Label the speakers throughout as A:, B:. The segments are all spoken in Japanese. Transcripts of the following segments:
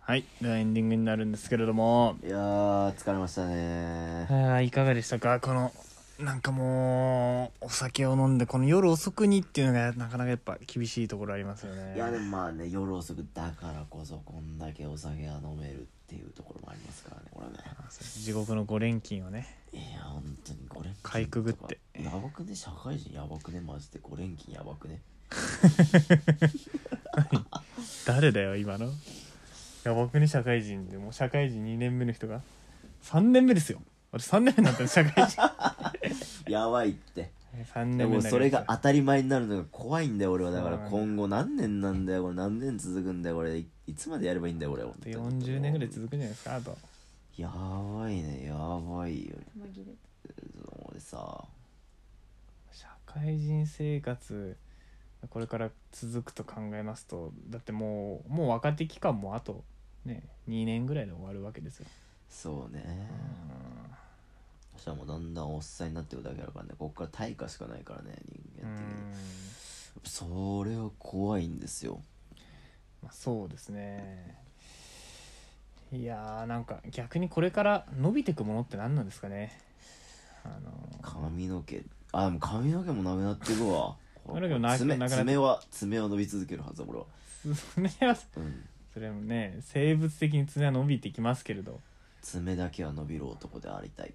A: はいではエンディングになるんですけれども
B: いやー疲れましたね
A: あーいかがでしたかこのなんかもうお酒を飲んでこの夜遅くにっていうのがなかなかやっぱ厳しいところありますよね
B: いやでもまあね夜遅くだからこそこんだけお酒が飲めるっていうところもありますからねこれね
A: 地獄の5連勤をね
B: いや本当に5連
A: かいくぐって
B: やばくね社会人やばくねマジで5連勤やばくね
A: 誰だよ今のいや僕ね社会人でもう社会人2年目の人が3年目ですよ私3年目になったの社会 人
B: やばいって
A: 3年目
B: で
A: になりま
B: も
A: した
B: それが当たり前になるのが怖いんだよ俺はだか
A: そ
B: ら
A: うなんだ
B: 今後何年なんだよこれ何年続くんだよこれいいつまでやればいいんだよ俺は
A: で40年ぐらい続くんじゃないですかあと
B: やばいねやばいよね
C: 紛れ
B: 俺さ
A: 社会人生活これから続くと考えますとだってもうもう若手期間もあとね2年ぐらいで終わるわけですよ
B: そうねそしたらもうだんだんおっさんになってるだけだからねこっから退化しかないからね人
A: う
B: 間的に
A: ん
B: それは怖いんですよ
A: まあ、そうですねいやーなんか逆にこれから伸びてくものって何なんですかねあの
B: 髪の毛あでも髪の毛もなくなっていくわ
A: 髪の毛もなく
B: 爪
A: なくなっ
B: 爪は爪は伸び続けるはずだ俺は
A: 爪は
B: うん
A: それもね生物的に爪は伸びてきますけれど
B: 爪だけは伸びる男でありたい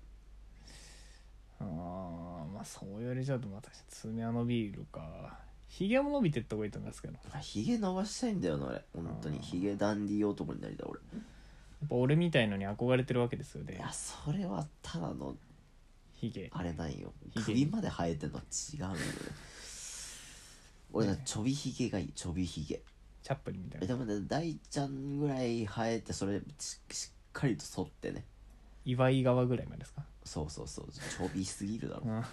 A: あーまあそう言われちゃうとまた爪は伸びるかひげも伸びてった方がいいと思いますけどや
B: あヒゲ伸ばしたいんだよな俺本当に
A: あー
B: ヒゲダンディ男になりたい俺
A: っぱ俺みたいのに憧れてるわけですよ
B: い
A: ね
B: やそれはただの
A: ひげ
B: あれなんよ
A: ヒゲ
B: 首まで生えてんのは 違うんだよね俺はちょびひげがいいちょびひげ
A: チャップリンみた
B: え
A: い
B: で
A: な
B: もね大ちゃんぐらい生えてそれししっかりと剃ってね
A: 岩井川ぐらいまでですか、
B: そうそうそうちょびすぎるだろ
A: うん、あ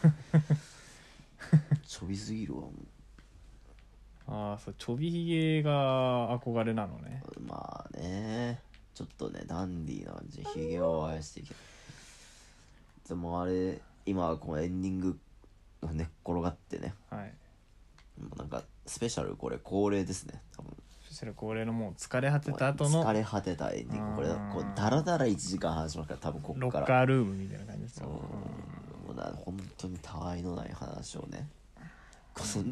B: ちょびすぎるわも
A: あそうちょびひげが憧れなのね
B: うまあねちょっとねダンディーな感じひげを生やしていけでもあれ今このエンディングが寝っ転がってね
A: はい
B: もうなんかスペシャルこれ恒例ですね多分
A: そしたらこれのもう疲れ果てた後の
B: 疲れ果てたエンディングこれ
A: あー
B: こうダラダラ1時間話しますから多分こ
A: ロ
B: っか
A: ッ
B: ら
A: カールームみたいな感じですよ、
B: もうな本当にたわいのない話をねこの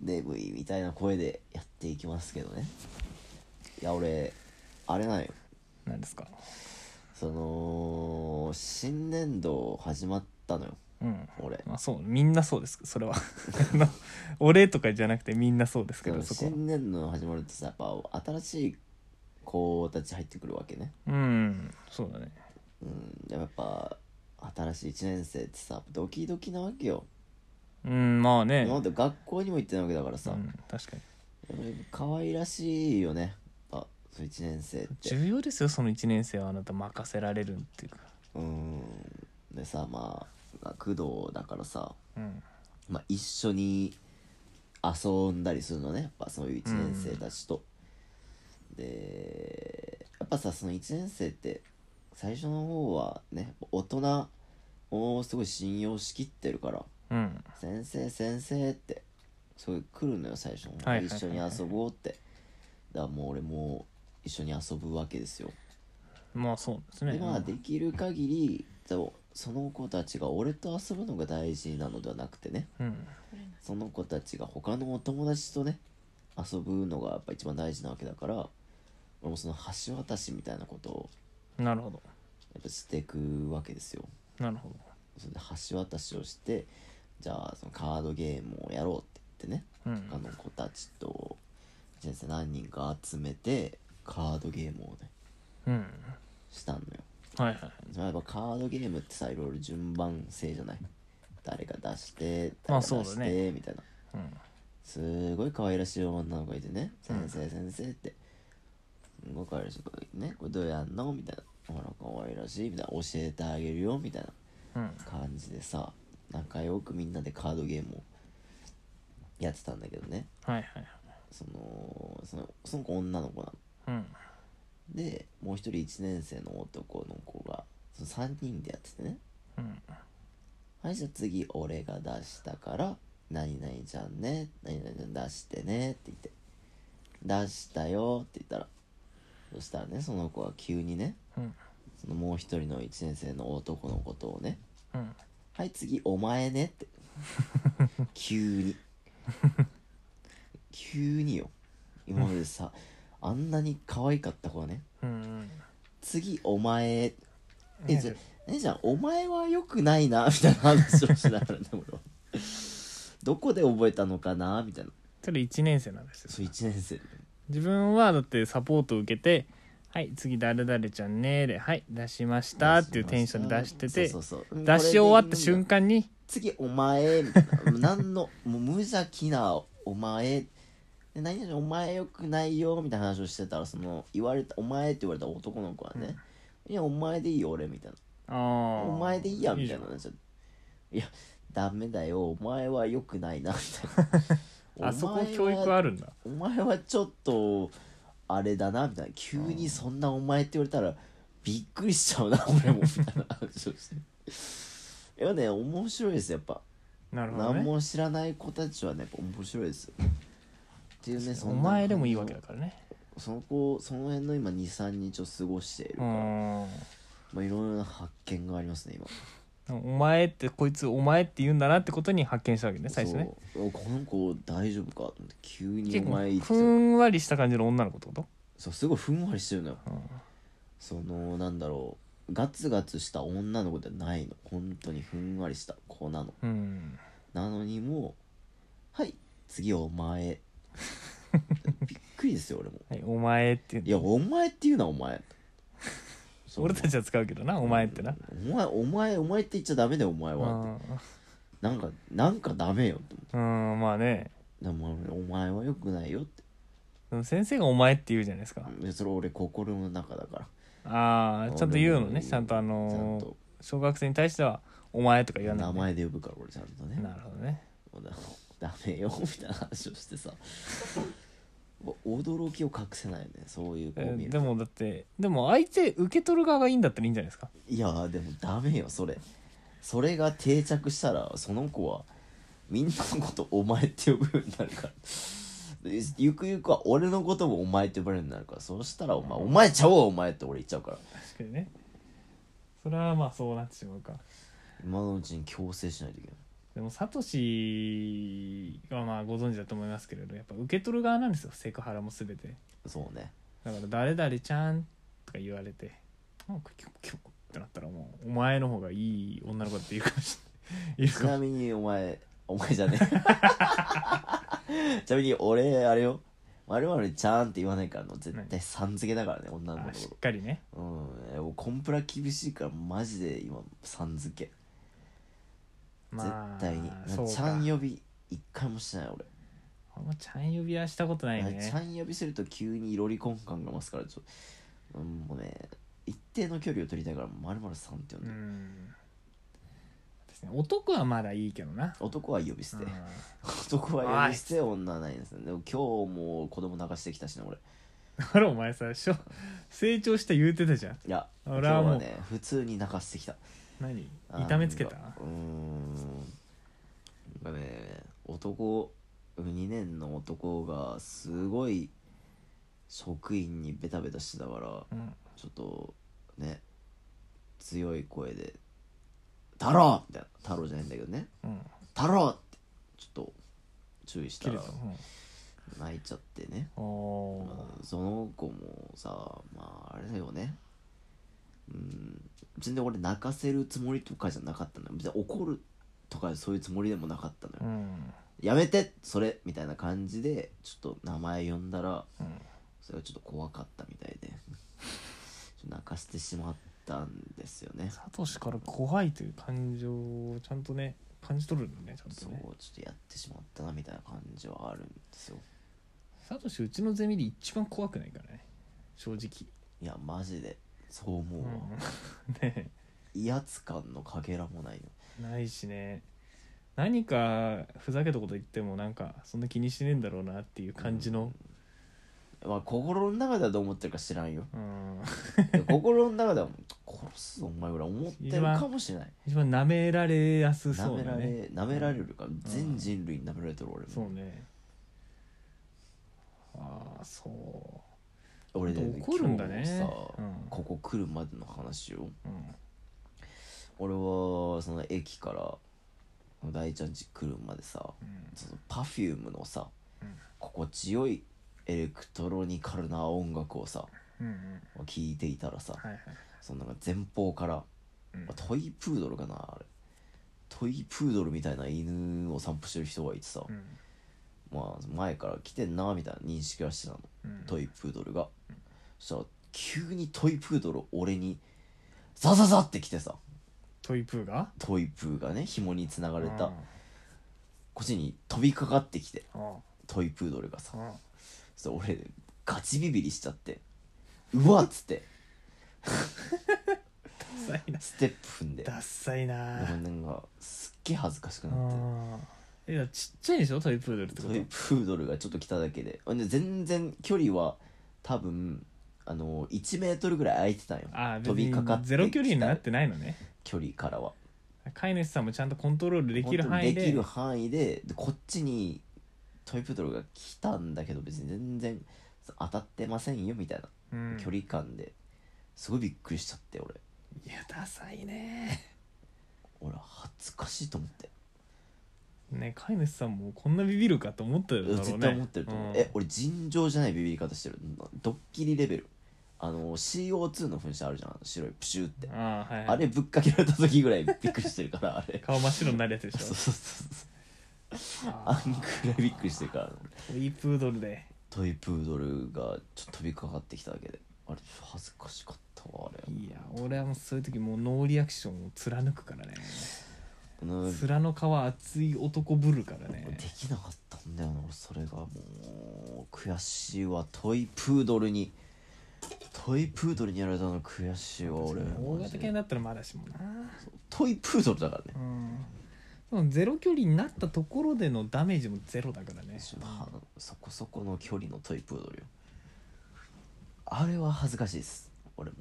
B: 眠いみたいな声でやっていきますけどねいや俺あれなんよ
A: なんですか
B: その新年度始まったのよ
A: うん
B: 俺
A: まあそうみんなそうですそれは あの俺とかじゃなくてみんなそうですけ
B: そ
A: ど
B: の
A: そこは
B: 新年度の始まるとさやっぱ新しい子たち入ってくるわけね
A: うんそうだね
B: うんでもやっぱ新しい1年生ってさドキドキなわけよ
A: うんまあね
B: 今まで学校にも行ってないわけだから
A: う
B: さ、
A: ん、確かに
B: 可愛らしいよねやっぱそう1年生って
A: 重要ですよその1年生はあなた任せられるっていうか
B: うんでさまあ学童だからさ、
A: うん
B: まあ、一緒に遊んだりするのねやっぱそういう1年生たちと、でやっぱさその1年生って最初の方はね大人をすごい信用しきってるから
A: うん
B: 「先生先生」ってすごい来るのよ最初の方、
A: はいはいはい
B: 一緒に遊ぼうってだからもう俺も一緒に遊ぶわけですよ
A: まあそうですね
B: でまあできる限りそうその子たちが俺と遊ぶのが大事なのではなくてね
A: うん
B: その子たちが他のお友達とね遊ぶのがやっぱ一番大事なわけだから俺もその橋渡しみたいなことを
A: なるほど
B: やっぱしていくわけですよ
A: なるほど
B: それで橋渡しをしてじゃあそのカードゲームをやろうって言ってね
A: うん
B: 他の子たちと先生何人か集めてカードゲームをね
A: うん
B: したのよ
A: はいはい
B: そのやっぱカードゲームってさいろいろ順番制じゃない誰が出して
A: まあ
B: 誰が出して、
A: そうだね
B: みたいな
A: うん
B: すごい可愛らしい女の子がいてね「先生先生」ってすごい可愛らしい子がいてね「これどうやんの?」みたいな「ほら可愛らしい」みたいな「教えてあげるよ」みたいな
A: うん
B: 感じでさ仲良くみんなでカードゲームをやってたんだけどね
A: はいはいはい
B: そのそのその子女の子なの
A: うん
B: でもう一人1年生の男の子がその3人でやっててね
A: うん
B: はいじゃあ次俺が出したから何々ちゃんね何々ちゃん出してねって言って出したよって言ったらそしたらねその子は急にね
A: うん
B: そのもう一人の1年生の男のことをね
A: うん
B: 「はい次お前ね」って急に急によ今までさあんなに可愛かった子はね
A: うん
B: 「次お前」え
A: ね
B: じゃえじゃあお前はよくないなみたいな話をしながらね俺はどこで覚えたのかなみたいな
A: それ1年生なんですよ
B: そう1年生で
A: 自分はだってサポートを受けて「はい次誰々ちゃんね」で「はい出しました」っていうテンションで出してて
B: そうそうそう
A: 出し終わった瞬
B: 間
A: 間に
B: 次お前みたいな何のもう無邪気なお前で何々お前よくないよみたいな話をしてたらその言われたお前って言われた男の子はね、いやお前でいいよ俺みたいな
A: 「ああ
B: お前でいいやみたいな
A: じ
B: 話いやダメだよお前はよくないなみたい
A: ゃん
B: な
A: あそ
B: お前
A: こ教
B: は
A: 育あるんだ
B: お前はちょっとあれだなみたいな急にそんなお前って言われたらびっくりしちゃうな俺もみたいな話をしていやね面白いですやっぱ、
A: なるほど
B: 何
A: ね
B: も知らない子たちはねやっぱ面白いですよっていうねそん
A: お
B: な
A: 前でもいいわけだからね
B: その子その辺の今23日を過ごしている
A: う
B: から、
A: ん
B: まあ、いろいろな発見がありますね今
A: お前ってこいつお前って言うんだなってことに発見したわけね最初ね
B: そうおこの子大丈夫かと思って急に
A: 結
B: お
A: 構
B: 前言ってき
A: ふ
B: た
A: んわりした感じの女の子ってこと
B: そうすごいふんわりしてるのよ
A: うん
B: そのなんだろうガツガツした女の子ではないの本当にふんわりした子なの
A: うん
B: なのにもうはい次お 前びっくりですよ俺も
A: はいお前って
B: い
A: 言う
B: やお前って言うなお前そう
A: 俺たちは使うけどなお前ってな
B: お前お前お前って言っちゃダメだよお前
A: う
B: は
A: ん
B: なんかなんかダメよって
A: うんまあね
B: 思ってでもお前はよくないよって
A: でも先生がお前って言うじゃないですか
B: でそれ俺心の中だから
A: ああちゃんと言うのねちゃんとあ
B: ちゃん
A: のー
B: と
A: 小学生に対しては「お前」とか言わない
B: 名前で呼ぶから俺ちゃんとね
A: なるほどね
B: もうだダメよみたいな話をして さお驚きを隠せないよねそういう子
A: え
B: を
A: ー
B: 見る
A: でもだってでも相手受け取る側がいいんだったらいいんじゃないですか
B: いやーでもダメよそれそれが定着したらその子はみんなのことお前って呼ぶようになるからでゆくゆくは俺のこともお前って呼ばれるようになるからそうしたらお前お前ちゃおうわお前って俺言っちゃうから
A: 確かにねそれはまあそうなってしまうか
B: 今のうちに強制しないといけない
A: でもサトシはまあご存知だと思いますけれどやっぱ受け取る側なんですよセクハラも全て
B: そうね
A: だから「誰々ちゃん」とか言われて「なんかキョコキョコ」ってなったらもう「お前の方がいい女の子」って言うかもしれないいる
B: ち
A: かも
B: なみにお前お前じゃねえ ちなみに俺あれよ我々ちゃんって言わないからの絶対さん付けだからね女の子の
A: あし
B: こ
A: っかりね
B: とうんえもうコンプラ厳しいからマジで今さん付け、
A: まあ
B: 絶対に
A: そうか
B: ちゃん呼び一回もしてない俺、
A: あんまちゃん呼びはしたことない
B: ちゃ
A: ね
B: ん呼びすると急にロリコン感が増すからちょっと、うん、もうね一定の距離を取りたいからまるまるさんって呼ん
A: う
B: で、
A: んですね男はまだいいけどな
B: 男は呼び捨て、
A: うん
B: 男は呼び捨て女はないですねでも今日も子供泣かしてきたしね俺
A: あれお前さしょ成長した言うてたじゃん
B: いや
A: 俺は
B: 今日
A: もう
B: はね普通に泣かせてきた
A: 何痛めつけた
B: あのうーんなんかね男2年の男がすごい職員にベタベタしてたから
A: うん
B: ちょっとね強い声で「太郎!」みたいな太郎じゃないんだけどね
A: うん
B: 「太郎!」ってちょっと注意し
A: 切
B: た
A: れ
B: ら
A: た
B: 泣いちゃってね
A: うんおー
B: まあその子もさまああれだよねうん全然俺泣かせるつもりとかじゃなかったのよ別に怒るとかそういうつもりでもなかったのよ、
A: うん
B: やめてそれみたいな感じでちょっと名前呼んだら
A: うん
B: それがちょっと怖かったみたいでちょっと泣かせてしまったんですよね
A: サトシから怖いという感情をちゃんとね感じ取るんだねちゃん
B: そ
A: と
B: う
A: ね
B: ちょっとやってしまったなみたいな感じはあるんですよ
A: サトシうちのゼミで一番怖くないからね正直
B: いやマジでそう思う
A: う
B: わ、
A: ん ね
B: 威圧感のかけらもないよ
A: ないしね何かふざけたこと言ってもなんかそんな気にしねえんだろうなっていう感じの
B: まあ心の中ではどう思ってるか知らんよ
A: うん
B: いや心の中では「殺すぞお前ぐらい思ってるかもしれない
A: 一番舐められやす
B: な
A: そ
B: め
A: う
B: ら
A: だ
B: れ、
A: ね
B: 舐められるか全人類になめられてる俺も
A: そうねあそう
B: 俺ね
A: 怒るんだね
B: 今日
A: う
B: さ、
A: ん
B: ここ来るまでの話を
A: うん
B: 俺はその駅から大ちゃん家来るまでさ
A: うん
B: その Perfume のさ、
A: うん
B: 心地よいエレクトロニカルな音楽をさ
A: うんうん
B: 聴いていたらさ
A: はいはい
B: そのなんか前方から、
A: うん
B: あトイプードルかなあれトイプードルみたいな犬を散歩してる人がいてさ、
A: うん
B: まあ前から来てんなみたいな認識はしてたの
A: うん
B: トイプードルが、そしたら急にトイプードル俺にザザザって来てさ
A: トイプーが
B: トイプーがね紐に繋がれ
A: う
B: た
A: ん
B: こっちに飛びかかってきて
A: あ
B: トイプードルがさ
A: ああ
B: そしたら俺ガチビビりしちゃってうわっつって
A: ダッサいな
B: ステップ踏んで
A: ダッサいな
B: でもなんかすっげえ恥ずかしく
A: う
B: なって
A: んえだからちっちゃいでしょトイプードルってこ
B: トイプードルがちょっと来ただけでほんで全然距離は多分あの1メートルぐらい空いてたんよ
A: とああ
B: 飛びかかってきた
A: ゼロ距離になってないのね
B: 距離からは
A: 飼い主さんもちゃんとコントロールできる範囲
B: 本当にでき
A: で
B: る範囲ででこっちにトイプードルが来たんだけど別に全然当たってませんよみたいな
A: うん
B: 距離感で、すごいびっくりしちゃって俺
A: いやダサいね
B: 俺恥ずかしいと思って、
A: ね飼い主さんもこんなビビるかと思ってるだろうね
B: 絶対思ってると思う、
A: ん
B: え俺尋常じゃないビビり方してるドッキリレベルあの CO2 の噴射あるじゃんあの白いプシューって、
A: ああはい
B: あれぶっかけられた時ぐらいびっくりしてるからあれ
A: 顔真っ白になるやつでし
B: そう
A: ょ
B: そうそうそうあ
A: あ
B: んぐらいびっくりしてるから
A: ートイプードルで
B: トイプードルがちょっと飛びかかってきただけであれ恥ずかしかったわあれ
A: いや俺はもうそういう時もうノーリアクションを貫くからね
B: あので
A: 面の皮熱い男ぶるからね
B: きなかったんだよな俺それがもう悔しいわトイプードルにトイプードルにやられたの悔しいわ俺
A: 大型犬
B: マジで
A: だったらまだしもな
B: トイプードルだからね
A: うんそのゼロ距離になったところでのダメージもゼロだからね
B: まあそこそこの距離のトイプードルよあれは恥ずかしいです俺も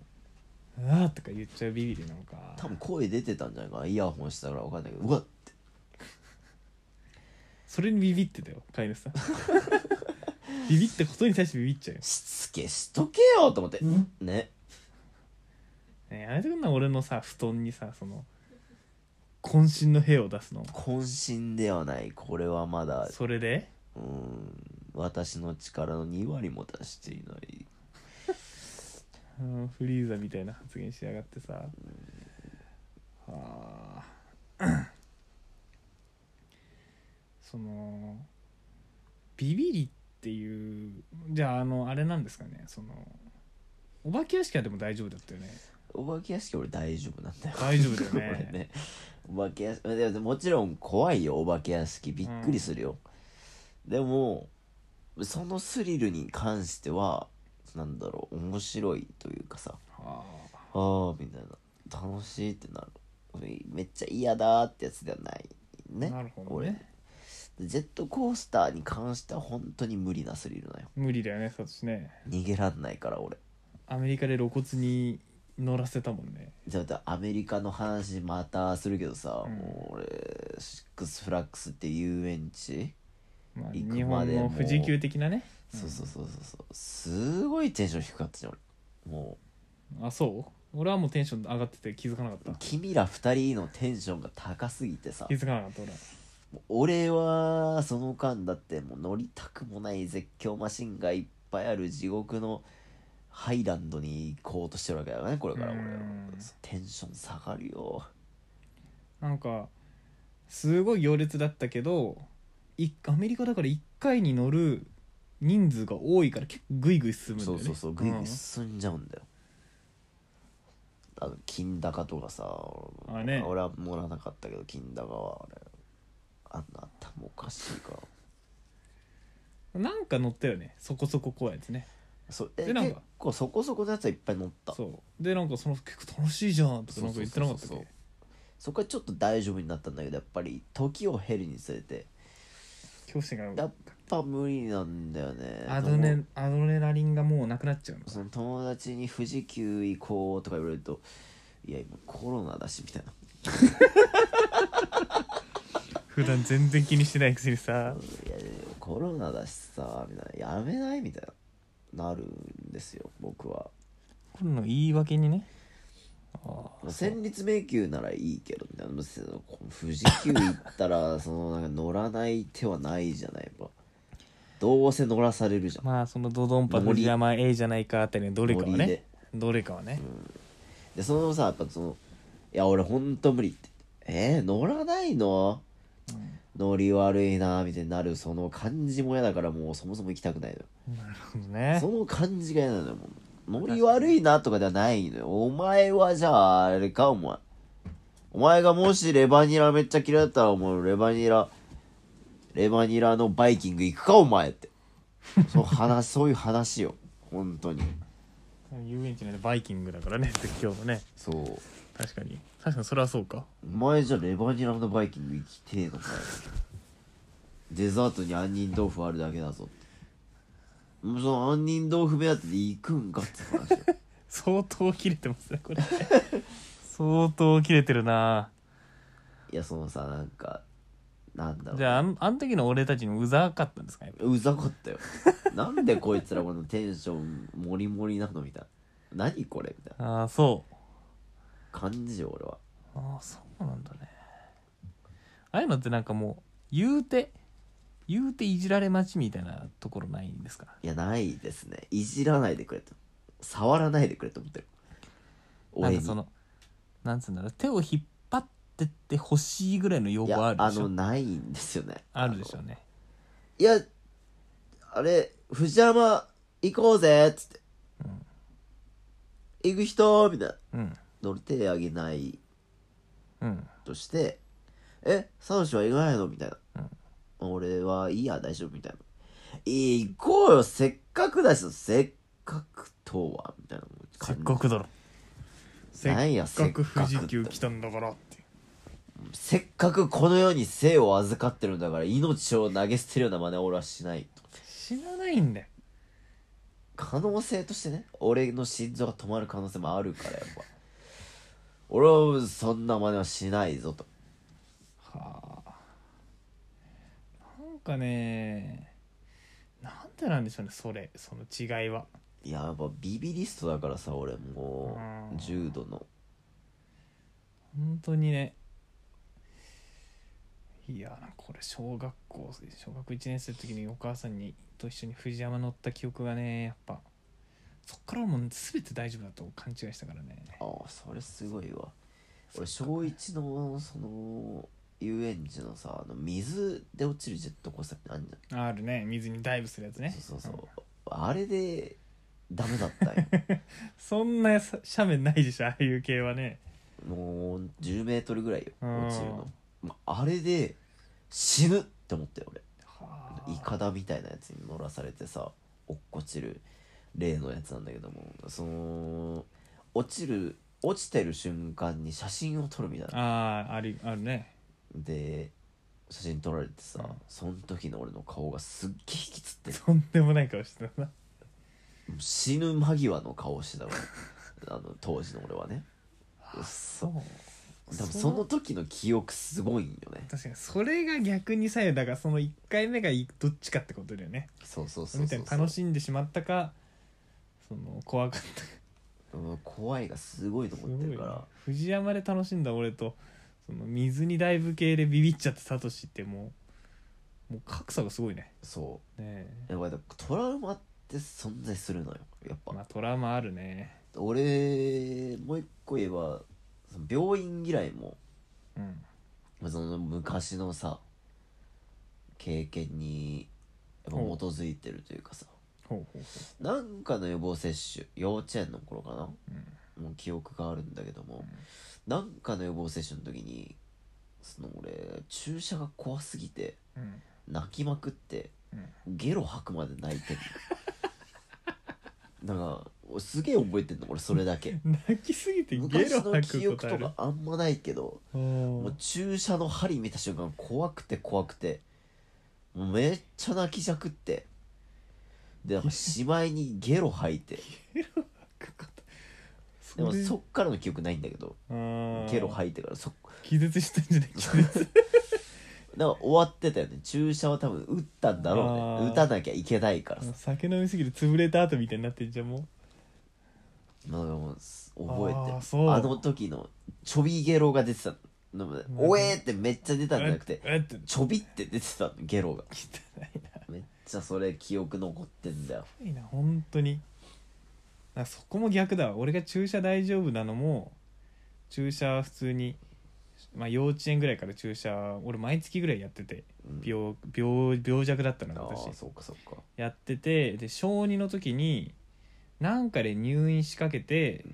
A: ああとか言っちゃうビビりなのか
B: 多分声出てたんじゃないかなイヤホンしたから分かんないけどうわっ
A: それにビビってたよ飼い主さんビビったことに対してビビっちゃうよ、
B: しつけしとけよと思って、ね
A: ね、やめてくんな俺のさ布団にさその渾身の兵を出すの
B: 渾身ではないこれはまだ
A: それで
B: うーん私の力の2割も達していない
A: うんフリーザみたいな発言しやがってさはあそのビビリっていうじゃああのあれなんですかねそのお化け屋敷はでも大丈夫だったよね
B: お化け屋敷俺大丈夫なんだよ
A: 大丈夫だよ ね
B: 俺ねお化け屋敷でももちろん怖いよお化け屋敷びっくりするよ、でもそのスリルに関してはなんだろう面白いというかさ
A: はあ
B: あーみたいな楽しいってなるめっちゃ嫌だーってやつではないね
A: なるほどね
B: 俺ジェットコースターに関しては本当に無理なスリルだよ
A: 無理だよねサトシね
B: 逃げらんないから俺
A: アメリカで露骨に乗らせたもんね
B: じゃあアメリカの話またするけどさ、
A: うん
B: もう俺シックスフラックスって遊園地、
A: まあ、
B: 行
A: 日
B: くま
A: 本
B: でも
A: の富士急的なね
B: そうそうそうそうそうすごいテンション低かったじゃん俺も
A: あそう俺はもうテンション上がってて気づかなかっ
B: う
A: た
B: 君ら2人のテンションが高すぎてさ
A: 気づかなかった俺
B: 俺はその間だってもう乗りたくもない絶叫マシンがいっぱいある地獄のハイランドに行こうとしてるわけだよねこれから俺は
A: うん
B: テンション下がるよ
A: なんかすごい行列だったけどいアメリカだから1回に乗る人数が多いから結構グイグイ進むんだ
B: そ
A: よ
B: う
A: ね
B: そうそうぐいぐ
A: ん
B: い進んじゃうんだよ、あの金高とかさ
A: あれね
B: 俺は乗らなかったけど金高はあれあんな頭おかしいから
A: なんか乗ったよねそこそこ怖いやつね
B: そえ
A: でなんか
B: 結構そこそこのやつはいっぱい乗った
A: そうでなんかその結構楽しいじゃんとか
B: そう
A: なんか言ってなかったっ
B: そうそう
A: け
B: そこはちょっと大丈夫になったんだけどやっぱり時を経るにつれて
A: 恐怖心が
B: やっぱ無理なんだよね
A: アドネアドレナリンがもうなくなっちゃうの
B: その友達に富士急行こうとか言われるといや今コロナだしみたいな
A: 普段全然気にしてないくせにさ
B: いやコロナだしさみたいなやめないみたいななるんですよ僕は
A: これの言い訳にねああ
B: 戦慄迷宮ならいいけどみたいな別にこの富士急行った らそのなんか乗らない手はないじゃないやっぱどうせ乗らされるじゃん、
A: まあそのドドンパ
B: 森
A: 鳥山 A じゃないかあたりのどれかは
B: 森で
A: ねどれかはね、
B: でそのさやっぱその「いや俺ほんと無理」って「えー、乗らないの乗り悪いな」みたいになるその感じも嫌だからもうそもそも行きたくないのよ
A: なるほどね
B: その感じが嫌なのよもうノリ悪いなとかではないのよお前はじゃああれかお前お前がもしレバニラめっちゃ嫌いだったらお前レバニラレバニラのバイキング行くかお前ってそう話そういう話よ本当に
A: 遊園地なんでバイキングだから ね今日もね
B: そう
A: 確かに確かにそれはそうか
B: お前じゃレバニラのバイキング行きてえのかよデザートに杏仁豆腐あるだけだぞってもうその杏仁豆腐目当てで行くんかって話よ
A: 相当切れてますねこれ 相当切れてるない
B: やそのさなんかなんだろう
A: じゃああんあの時の俺たちにうざかったんですかね
B: うざかったよ なんでこいつらこのテンションモリモリなのみたいな何これみたい
A: ああそう
B: な感じよ俺は
A: ああそうなんだねああいうのってなんかもう言うて言うていじられ待ちみたいなところないんですか
B: いやないですねいじらないでくれと触らないでくれと思ってる
A: なん
B: 俺
A: か
B: に
A: そのなんつうんだろう手を引っ張ってってほしいぐらいの要
B: い
A: 望あ
B: や
A: る
B: あ
A: でしょ
B: のないんですよね
A: あるでしょうね
B: いや、あれ、藤山行こうぜっつって。行く人みたいな。
A: うん
B: 乗り手あげない
A: うん
B: として、え、サトシは行かないのみたいな。
A: うん
B: 俺はいいや、大丈夫みたいな。いい行こうよ、せっかくだし、せっかくとは、みたいな。
A: せっかくだろ
B: なんや
A: せっかく
B: せっかく
A: 富
B: って
A: 士急来たんだからって
B: せっかくこの世に生を預かってるんだから、命を投げ捨てるような真似は俺はしないと。
A: 死なないんだよ
B: 可能性としてね俺の心臓が止まる可能性もあるからやっぱ俺はそんな真似はしないぞと
A: はあなんかねなんでなんでしょうねそれその違いはい
B: ややっぱビビリストだからさ俺も
A: うん
B: う重度の
A: 本当にねいやなんかこれ小学校小学1年生の時にお母さんにと一緒に藤山乗った記憶がねやっぱそっからもう全て大丈夫だと勘違いしたからね
B: ああそれすごいわ俺小一のその遊園地のさあの水で落ちるジェットコースターってあるじ
A: あるね水にダイブするやつ
B: ゃん
A: ね
B: そうそうそうあれでダメだったんよ
A: そんなさ斜面ないでしょああいう系はね
B: もう1 0ルぐらいよ
A: うん
B: 落ちるのまあれで死ぬって思ったよ俺
A: は
B: イカダみたいなやつに乗らされてさ落っこちる例のやつなんだけどもその落ちる落ちてる瞬間に写真を撮るみたいな
A: あああるあるね
B: で写真撮られてさ
A: うん
B: その時の俺の顔がすっげえ引きつって
A: とんでもない顔してたな
B: 死ぬ間際の顔してた わあの当時の俺はねそう
A: う
B: 多分その時の記憶すごいんよね
A: 確かにそれが逆にさえだからその1回目がいどっちかってことだよね
B: そうそうそう
A: み
B: そ
A: たいうに楽しんでしまったかその怖かっ
B: うん怖いがすごいと
A: たす
B: 思っ
A: ごい
B: て
A: ね
B: るから
A: 藤山で楽しんだ俺とその水にダイブ系でビビっちゃったサトシってもうもう格差がすごいね
B: そ
A: ねえ
B: うやっぱトラウマって存在するのよやっぱ
A: まあトラウマあるね
B: 俺もう一個言えばその病院嫌いも
A: うん
B: その昔のさ経験にやっぱ基づいてるというかさ
A: ほうほうほう
B: なんかの予防接種幼稚園の頃かなもう記憶があるんだけども、なんかの予防接種の時にその俺注射が怖すぎて
A: うんうん
B: 泣きまくって
A: うん
B: ゲロ吐くまで泣いてる なんか俺すげえ覚えてんの俺それだけ
A: 泣きすぎてゲ
B: 昔
A: ロ
B: の
A: 吐
B: 記
A: くこと
B: 憶と
A: ある
B: かあんまないけどもう
A: も
B: 注射の針見た瞬間怖くて怖くてもうめっちゃ泣きじゃくってでなんかしまいにゲロ吐い てでもそっからの記憶ないんだけどゲロ
A: い
B: 吐いてからそ
A: 気絶したんじゃない気絶
B: だから終わってたよね注射は多分打ったんだろう
A: あ
B: ね
A: ー
B: 打たなきゃいけないからさ、
A: 酒飲みすぎて潰れた後みたいになってんじゃんも
B: まあ、でも覚え
A: あ
B: てる
A: ーそう
B: あの時のちょびゲロが出てたのもね
A: ほど
B: おえーってめっちゃ出
A: う
B: たんじゃなくて
A: えっって
B: ちょびって出てたのゲロが
A: 汚いな
B: めっちゃそれ記憶残ってんだよ
A: いいな本当にあそこも逆だわ俺が注射大丈夫なのも注射は普通に、まあ、幼稚園ぐらいから注射俺毎月ぐらいやってて
B: うん
A: 病病病弱だったの
B: あ
A: 私
B: あそうかそうか
A: やっててで小2の時になんかで入院しかけて、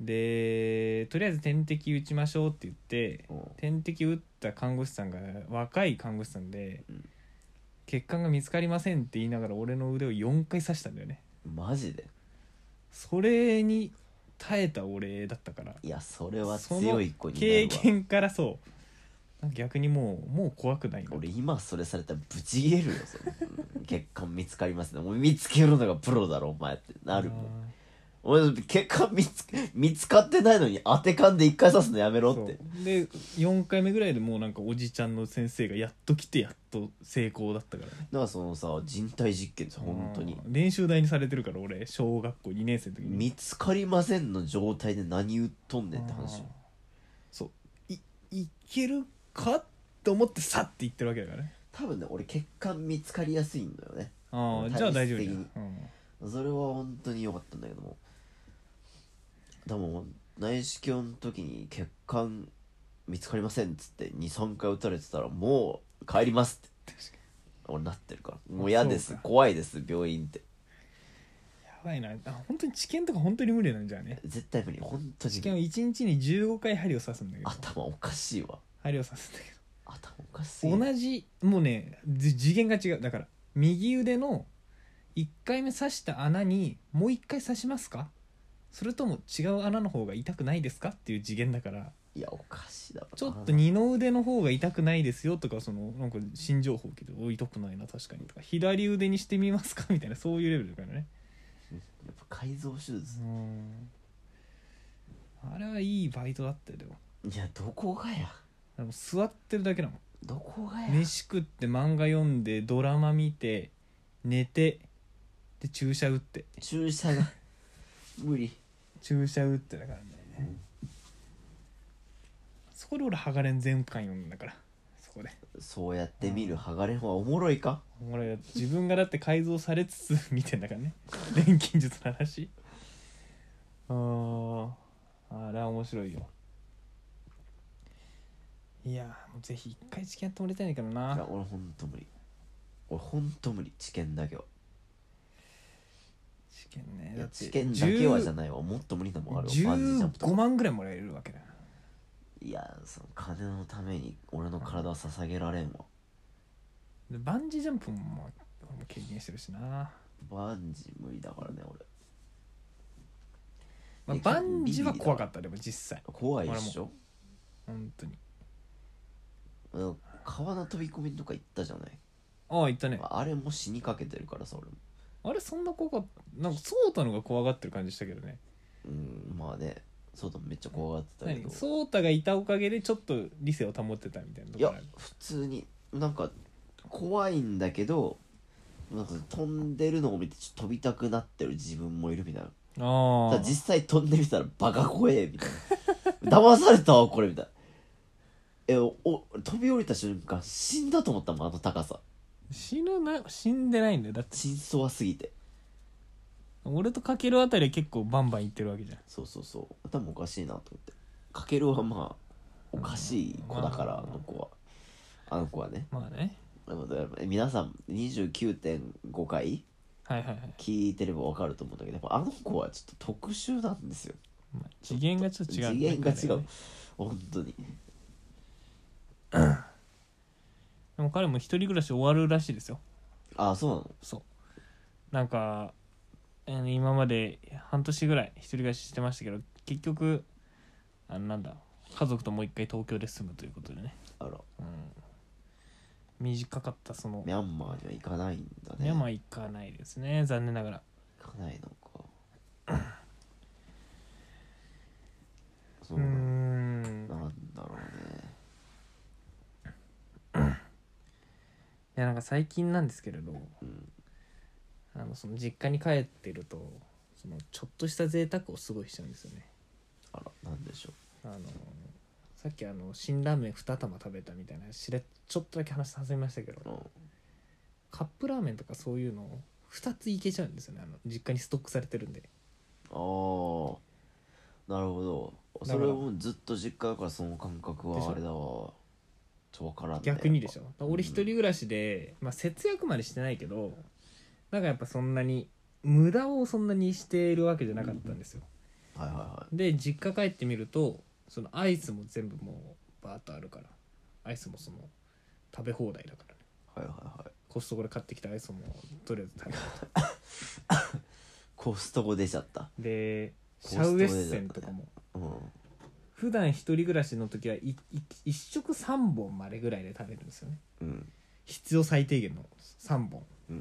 A: でとりあえず点滴打ちましょうって言って
B: うん
A: 点滴打った看護師さんが若い看護師さんで、
B: うん
A: 血管が見つかりませんって言いながら俺の腕を4回刺したんだよね
B: マジで
A: それに耐えた俺だったから
B: いやそれは強い子になる
A: 経
B: わ
A: 験からそうなんか逆にもうもう怖くないな
B: 俺今それされたらブチ切れるよそれうん血管見つかりますねもう見つけるのがプロだろお前ってなるもん俺血管見つ見つかってないのに当て勘で一回刺すのやめろって
A: そうで4回目ぐらいでもうなんかおじちゃんの先生がやっと来てやっと成功だったからね
B: だからそのさ人体実験です本当に
A: うん練習台にされてるから俺小学校2年生の時に
B: 見つかりませんの状態で何言っとんねんって話
A: うんそういいけるかと思ってさって言ってるわけだからね
B: 多分ね俺血管見つかりやすいんだよね
A: あ
B: うん
A: あじゃあ大丈夫じゃ
B: 体質
A: ん、
B: 的それは本当に良かったんだけどもでも内視鏡の時に血管見つかりませんっつって23回打たれてたらもう帰りますって俺なってるからもう嫌です
A: そうか
B: 怖いです病院って
A: やばいなあ本当に治験とか本当に無理なんじゃね
B: 絶対無理本当
A: 治験
B: に
A: は1日に15回針を刺すんだけど
B: 頭おかしいわ
A: 針を刺すんだけど
B: 頭おかしい
A: 同じもうねじ次元が違うだから右腕の1回目刺した穴にもう1回刺しますかそれとも違う穴の方が痛くないですかっていう次元だから
B: いやおかしいだろうな
A: ちょっと二の腕の方が痛くないですよとかそのなんか新情報を聞いて「お痛くないな確かに」とか「左腕にしてみますか?」 みたいなそういうレベルだからね
B: やっぱ改造手術
A: うんあれはいいバイトだったよでも
B: いやどこがや
A: でも座ってるだけだもん
B: どこがや
A: 飯食って漫画読んでドラマ見て寝てで注射打って
B: 注射が無理
A: 注射打ってだからね、そこで俺ハガレン全巻読んだからそこで
B: そうやって見る剥がれんはおもろいか
A: 俺自分がだって改造されつつ 見てんだからね錬金術の話あーあれは面白いよいやもうぜひ一回試験やってもらいたいんだけど
B: い
A: な
B: や俺ほんと無理俺ほんと無理治験だけは
A: 試験ね
B: い
A: だ
B: や
A: って
B: 治験だけは
A: 10
B: じゃないわもっと無理なもんあるわバンジージャンプと
A: 15
B: か
A: 万ぐらいもらえるわけだない
B: やその金のために俺の体は捧げられんわ
A: でバンジージャンプもまあ俺も経験してるしな、ま
B: バンジー無理だからね俺
A: あ、
B: え
A: バンジーは怖かったでも実際
B: 怖いっしょ
A: 本当に
B: うん川の飛び込みとか行ったじゃない
A: ああ言ったね
B: あれも死にかけてるからさ俺も
A: あれそんな怖かったなんかソータのが怖がってる感じしたけどね
B: うんまあねそうだめっちゃ怖がってたけど
A: 何ソータがいたおかげでちょっと理性を保ってたみたいなと
B: い
A: ころ
B: や
A: ある
B: 普通になんか怖いんだけどなんか飛んでるのを見てちょっと飛びたくなってる自分もいるみたいな
A: あ
B: ただ
A: あ
B: 実際飛んでみたらバカ怖えみたいな騙されたわこれみたいなえおお飛び降りた瞬間死んだと思ったもんあの高さ
A: 死ぬな死んでないんだよだって
B: 真相すぎて
A: 俺とかけるあたりは結構バンバンいってるわけじゃん
B: そうそうそう頭おかしいなと思ってかけるはまあおかしい子だからあ
A: うん
B: の子はあの子はね
A: まあね
B: なので皆さん29.5回
A: はいはいはい、
B: 聞いてればわかると思うんだけどやっぱあの子はちょっと特殊なんですよ
A: まあ、次元がちょっと違うん
B: 次
A: だよね
B: 元が違う本当に
A: でも彼も一人暮らし終わるらしいですよ
B: ああそうなの
A: そうなんかあの今まで半年ぐらい一人暮らししてましたけど結局あのなんだ家族ともう一回東京で住むということでね、
B: あら
A: うん、短かったその
B: ミャンマーには行かないんだね
A: ミャンマー行かないですね残念ながら
B: 行かないのかそう
A: うー
B: なん
A: ん
B: なんだろうね
A: やなんか最近なんですけれど
B: うん
A: あのその実家に帰ってるとそのちょっとした贅沢をすごいしちゃうんですよね
B: あらなんでしょ
A: あのさっきあの辛ラーメン2玉食べたみたいなしれちょっとだけ話挟みましたけ
B: う、う
A: ど
B: ん、
A: カップラーメンとかそういうのを2ついけちゃうんですよねあの実家にストックされてるんで
B: あーなるほど
A: だか
B: そ
A: ら
B: れはもうずっと実家だからその感覚
A: でしょ
B: はあれだわちょっと分からんね
A: 逆にでし
B: やっ
A: ょ俺一人暮らしで、まあ、節約までしてないけどなんかやっぱそんなに無駄をそんなにしているわけじゃなかったんですよ
B: ぱはいはいは
A: で実家帰ってみるとそのアイスも全部もうバーッとあるからアイスもその食べ放題だからね
B: いはいはいはい
A: コストコで買ってきたアイスもとりあえず食べる
B: コストコ出ちゃった
A: で
B: コス
A: シ
B: ト
A: ャ
B: コ
A: ウエ
B: で
A: ッセンとかも
B: うん
A: 普段一人暮らしの時はいい一食3本までぐらいで食べるんですよね
B: うん
A: 必要最低限の3本
B: うん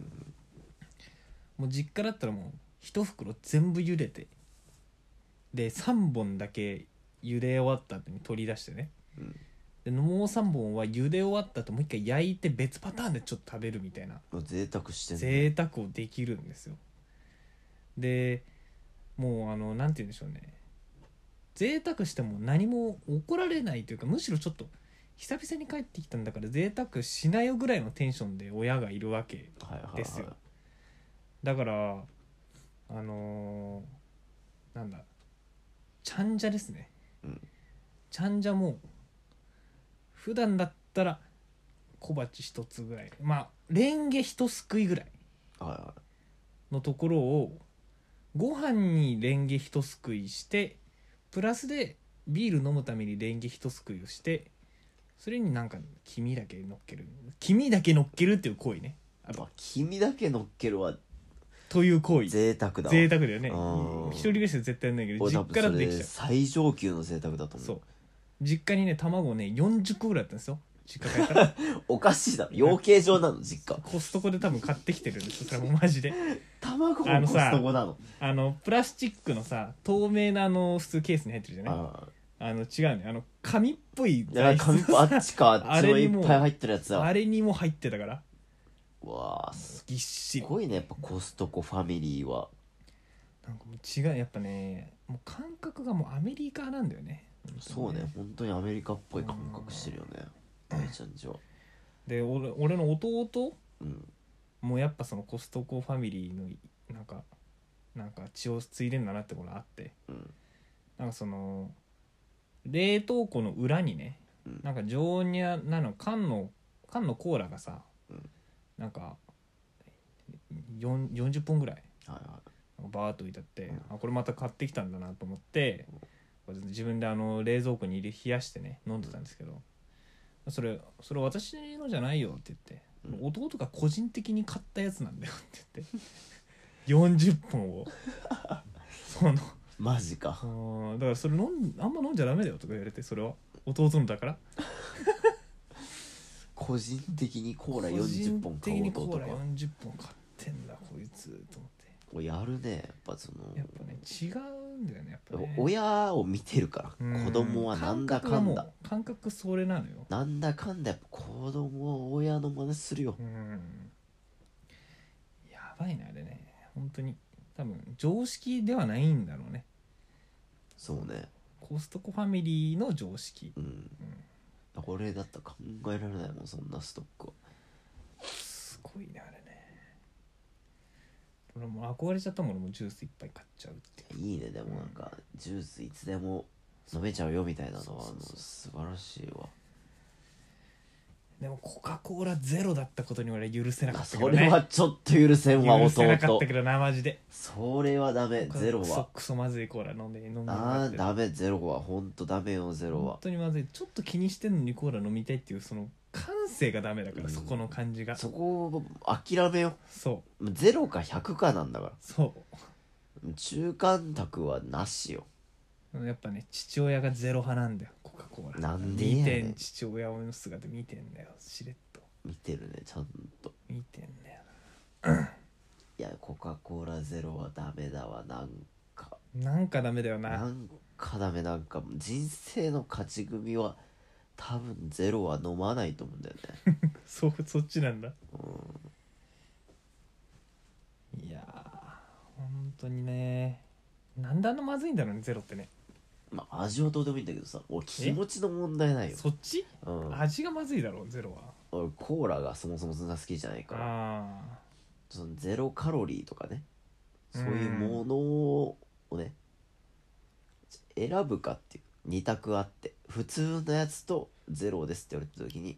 A: もう実家だったらもう一袋全部茹でてで3本だけ茹で終わった後に取り出してね
B: うん
A: でもう3本は茹で終わった後もう一回焼いて別パターンでちょっと食べるみたいな
B: うん贅沢してんね
A: 贅沢をできるんですよでもうあのなんて言うんでしょうね贅沢しても何も怒られないというかむしろちょっと久々に帰ってきたんだから贅沢しなよぐらいのテンションで親がいるわけ
B: はいはいはい
A: ですよだからあのーなんだちゃんじゃですね、
B: うん
A: ちゃんじゃも普段だったら小鉢一つぐらいまあレンゲ一すくいぐらい
B: はいは
A: のところをご飯にレンゲ一すくいしてプラスでビール飲むためにレンゲ一すくいをしてそれになんか黄身だけ乗っける黄身だけ乗っけるっていう行為ねあ
B: い
A: と
B: あ君だけ乗っけるは
A: という行為
B: 贅沢だわ
A: 贅沢だよね
B: うん
A: 一人暮らしは絶対やんないけど
B: 俺多
A: 実
B: 分
A: 家だ
B: そ
A: とできち
B: れ
A: ゃ
B: 最上級の贅沢だ
A: う
B: と思う
A: そう実家にね卵ね40個ぐらいあったんですよ実家帰った ら
B: おかしいだろ養鶏場なの実家
A: コストコで多分買ってきてるんですよそれもマジで
B: 卵
A: あ
B: も
A: の
B: コ
A: さ
B: ストコなの
A: あのプラスチックのさ透明なあの普通ケースに入ってるじゃない
B: あ
A: あの違うねあの紙っぽい
B: あだから紙あっちかあ
A: あ
B: っちの
A: れ
B: い
A: にも
B: っぱい入ってるやつだ
A: あれにも入ってたから
B: わあす
A: ぎっしり
B: ごいねやっぱコストコファミリーは
A: なんかもう違うやっぱねもう感覚がもうアメリカなんだよね
B: そうね本当にアメリカっぽい感覚してるよね大ちゃんちは
A: で俺俺の弟
B: うん
A: もやっぱそのコストコファミリーのなんかなんか血を継いでんだなってことがあって
B: うん
A: なんかその冷凍庫の裏にね
B: うん
A: なんか常温にあなの缶の缶のコーラがさ、
B: うん
A: なんかよん40本ぐらい
B: はいは
A: なんかバーッと置いてあって、
B: うん
A: あこれまた買ってきたんだなと思って、こう自分であの冷蔵庫に入れ冷やしてね飲んでたんですけど、それそれ私のじゃないよって言って、弟が個人的に買ったやつなんだよって 言って40本をその
B: いマジか
A: あーだからそれ飲んあんま飲んじゃダメだよとか言われてそれは弟のだから
B: 個人的にコーラ
A: 個人
B: 40本
A: 的
B: 買お
A: に
B: うと
A: コ
B: と
A: ー
B: か
A: ラ40本買ってんだこいつと思って
B: こうやるねやっぱその
A: やっぱね違うんだよねやっぱね
B: 親を見てるか
A: う
B: ら
A: ん
B: 子供はなんだかん
A: 感覚
B: だ
A: がもう感覚それなのよ
B: なんだかんだやっぱ子供は親の真似するよ
A: うんやばいなあれね本当に多分常識ではないんだろうね
B: そうね
A: コストコファミリーの常識
B: うん俺だったら考えられないもんそんなストックは
A: すごいねあれね俺もう憧れちゃったもん俺もジュースいっぱい買っちゃうっていう
B: いいねでもなんかジュースいつでも飲めちゃうよみたいなのは
A: そう
B: も
A: そうそう
B: う素晴らしいわ
A: でもコカ・コーラゼロだったことに俺は許せなかったけ
B: そ
A: ど
B: れ
A: ね
B: はちょっと許せんわ
A: 許せなかっ
B: 弟
A: たけどなマジで
B: それはダメゼロ
A: クソ
B: は
A: クソまずいコーラ飲んで飲んでもら
B: あ
A: って
B: ーダメゼロはほんとダメよゼロ
A: 本
B: は
A: 当にまずいちょっと気にしてんのにコーラ飲みたいっていうその感性がダメだから、
B: うん
A: そこの感じが
B: そこを諦めよ
A: そう
B: ゼロか100かなんだから
A: そ
B: 中間卓はなしよ
A: うやっぱね父親がゼロ派なんだよコカ・コーラ
B: なんでやねん
A: 見てん父親の姿見てんだよしれっと
B: 見てるねちゃんと
A: 見てんだよ
B: いやコカ・コーラゼロはダメだわなんか
A: なんかダメだよ
B: な
A: なん
B: かダメなんか人生の勝ち組は多分ゼロは飲まないと思うんだよね
A: そうそっちなんだ
B: うん
A: いやー本当にねなんであんなまずいんだろうねゼロってね
B: まあ味はどうでもいいんだけどさ俺気持ちの問題ないよ、
A: そっち
B: うん、
A: 味がまずいだろうゼロは
B: 俺コーラがそもそもそんな好きじゃないから
A: ああ
B: そのゼロカロリーとかねそういう
A: うん
B: ものをね選ぶかっていう二択あって普通のやつとゼロですって言われた時に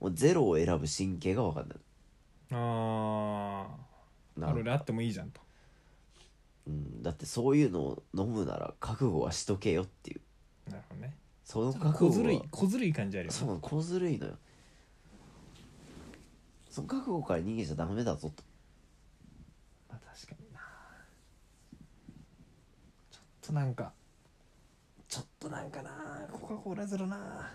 B: もうゼロを選ぶ神経が分かんない
A: ああ
B: な
A: あるあってもいいじゃんと
B: うん、だってそういうのを飲むなら覚悟はしとけよっていう
A: なるほどね
B: その覚悟
A: 小
B: は
A: ずるい小ずるい感じあるよね
B: そうなの小ずるいのよその覚悟から逃げちゃダメだぞと
A: まあ確かになちょっとなんかちょっとなんかなコカ・コーラゼロな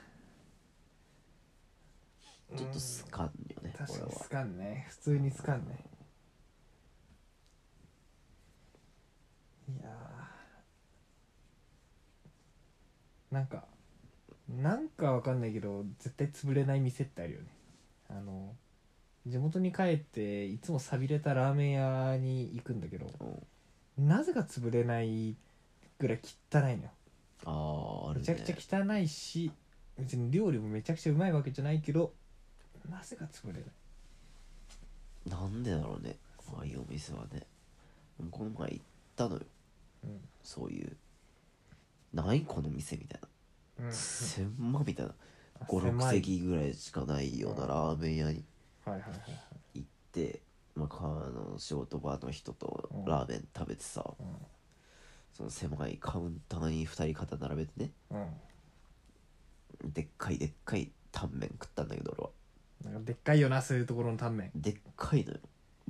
B: ちょっと好かんよね、
A: 確
B: これ
A: か
B: は
A: につかんね普通につかんねいやーなんかなんかわかんないけど絶対潰れない店ってあるよねあの地元に帰っていつも寂れたラーメン屋に行くんだけど
B: うん
A: なぜか潰れないぐらい汚いのよ
B: あーある
A: め
B: ね
A: ちゃくちゃ汚いし別に料理もめちゃくちゃうまいわけじゃないけどなぜか潰れない
B: なんでだろうねああいうお店はねこの前行ったのよ
A: うん
B: そういうないこの店みたいな
A: うん
B: 千万みたいな56
A: 狭い
B: 席ぐらいしかないようなラーメン屋に
A: はいはいはいはい
B: 行って、まあ、かあの仕事場の人と
A: うん
B: ラーメン食べてさ、その狭いカウンターに2人肩並べてね
A: うん、うん、
B: でっかいでっかいタンメン食ったんだけど俺は
A: なんかでっかいよなそういうところのタンメン
B: でっかいのよ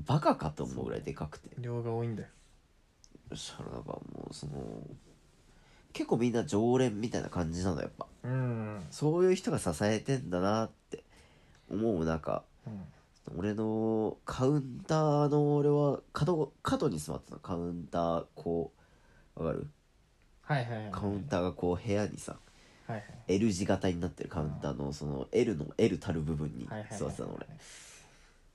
B: バカかと思うぐらいでかくて
A: 量が多いんだよ
B: そしたらなんかもうその結構みんな常連みたいな感じなのやっぱ
A: うん
B: そういう人が支えてんだなって思う中
A: うん
B: 俺のカウンターの俺は角角に座ってたのカウンターこうわかる
A: はいはいはい
B: カウンターがこう部屋にさ
A: はい
B: L 字型になってるカウンターのその L の L たる部分に
A: はいはいはい
B: 座ってたの俺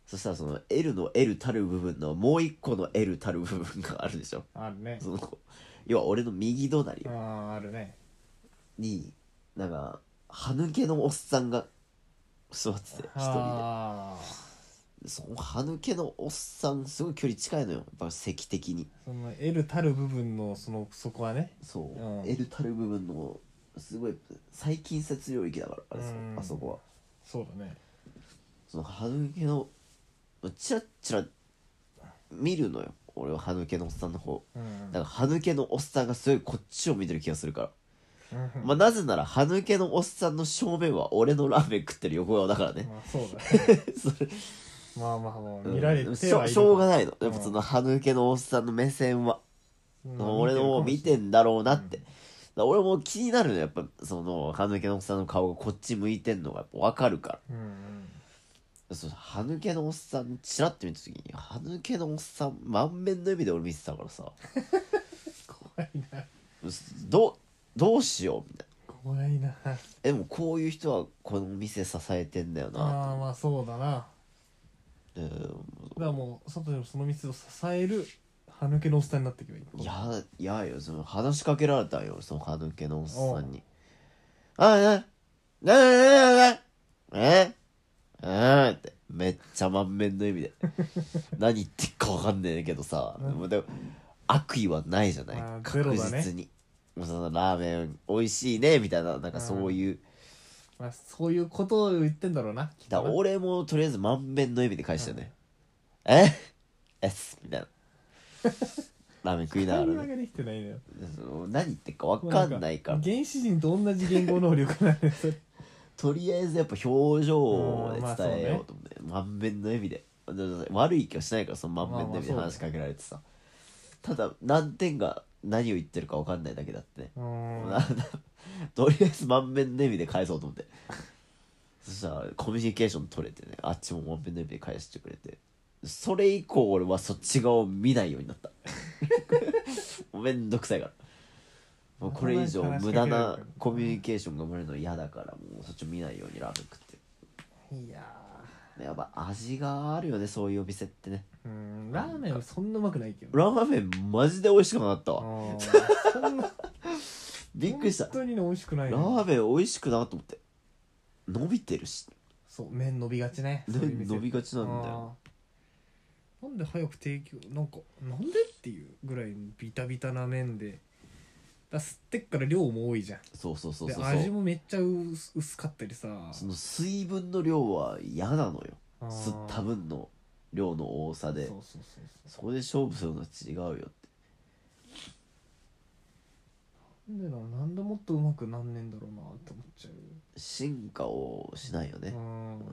B: そしたらその L の L たる部分のもう一個の L たる部分があるでしょ
A: あるね
B: その要は俺の右隣
A: あああるね
B: になんか歯抜けのおっさんが座ってて一人で。
A: ああ
B: その歯抜けのおっさんすごい距離近いのよやっぱ席的に
A: その L たる部分のそのそこはね
B: そう、
A: うん
B: L たる部分のすごい最近接領域だからあれそ
A: うん
B: あそこは
A: そうだね
B: その歯抜けのチラッチラ見るのよ俺は歯抜けのおっさんの方
A: うん
B: だから歯抜けのおっさんがすごいこっちを見てる気がするから、
A: うん
B: まあ、なぜなら歯抜けのおっさんの正面は俺のラーメン食ってる横顔だからね、
A: まあそう だね
B: それ
A: まあまあまあ見られてはいる
B: しょしょうが
A: い
B: ないのやっぱその歯抜けのおっさんの目線は俺のを見て
A: だ
B: んだろうなって、だから俺も気になるのよやっぱその歯抜けのおっさんの顔がこっち向いてんのがやっぱ分かるから
A: うんうん
B: その歯抜けのおっさんチラッて見た時に歯抜けのおっさん満面の笑みで俺見てたからさ
A: 怖いな
B: どうどうしようみたいな
A: 怖いな
B: えでもこういう人はこの店支えてんだよな
A: ああまあそうだな
B: うん
A: だからもう外でもその店を支える歯抜けのおっさんになっていけばいい
B: いやいやよその話しかけられたよその歯抜けのおっさんに「あえなななななええーってめっちゃ満面の意味 で何言ってっかわかんねえけどさ
A: うん
B: でもでも悪意はないじゃない
A: あーゼ
B: 確
A: ロだね
B: 実にもうそのラーメン美味しいねみたいななんかそういう
A: まあそういうことを言ってんだろうなきっ
B: だ
A: と
B: から
A: な
B: 俺もとりあえず満面の笑みで返したよね「ええっす」みたい なラーメン食いながら
A: 会
B: ね
A: 話ができてないのよ
B: その何言ってるか分かんないから
A: 原始人と同じ言語能力なんです
B: とりあえずやっぱ表情で伝えようと思って、満面の笑みでだから悪い気はしないからその満面の笑みで
A: まあまあ
B: 話しかけられてさ、ただ難点が何を言ってるか分かんないだけだってね、
A: うーん
B: なな とりあえず満面の笑みで返そうと思ってそしたらコミュニケーション取れてねあっちも満面の笑みで返してくれてそれ以降俺はそっち側を見ないようになったもうめんどくさいからもうこれ以上無駄なコミュニケーションが生まれるの嫌だからもうそっちを見ないようにラーメン食って
A: いやー
B: やっぱ味があるよねそういうお店ってね
A: うんラーメンはそんなうまくないけど
B: ラーメンマジで美味しくなかった
A: あ
B: わ
A: ーそんな
B: びっくりした
A: 本当にね美味しくない
B: ラ
A: ね
B: ーメン美味しくなと思って伸びてるし
A: そう麺伸びがちねそういう
B: ね
A: 店
B: 伸びがちなんだよ
A: あーなんで早く提供なんかなんでっていうぐらいビタビタな麺でだ吸ってっから量も多いじゃん
B: そうそうそう
A: で
B: そう
A: 味もめっちゃ薄薄かったりさ
B: その水分の量は嫌なのよ
A: あー
B: 吸った分の量の多さで
A: そうそうそうそ
B: そこで勝負するのは違うよって
A: うなんでななんでもっとうまくなんねえんだろうなって思っちゃう
B: 進化をしないよね
A: う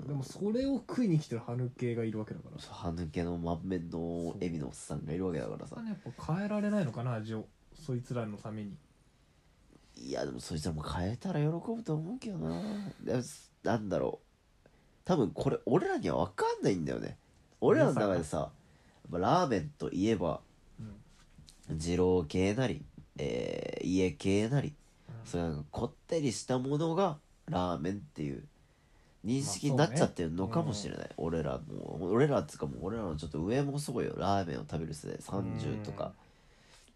A: んでもそれを食いに来てる歯抜けがいるわけだから
B: そう歯抜けの満面のエビのおっさんがいるわけだからさ
A: それはねやっぱ変えられないのかな味をそいつらのために
B: いやでもそいつらも変えたら喜ぶと思うけどなでなんだろう多分これ俺らには分かんないんだよね俺らの中でさやっぱラーメンといえば
A: うん
B: 二郎系なり、えー家系なりそういうこってりしたものがラーメンっていう認識になっちゃってるのかもしれない、俺らも俺らっつうかもう俺らのちょっと上もそうよラーメンを食べる世代30とか、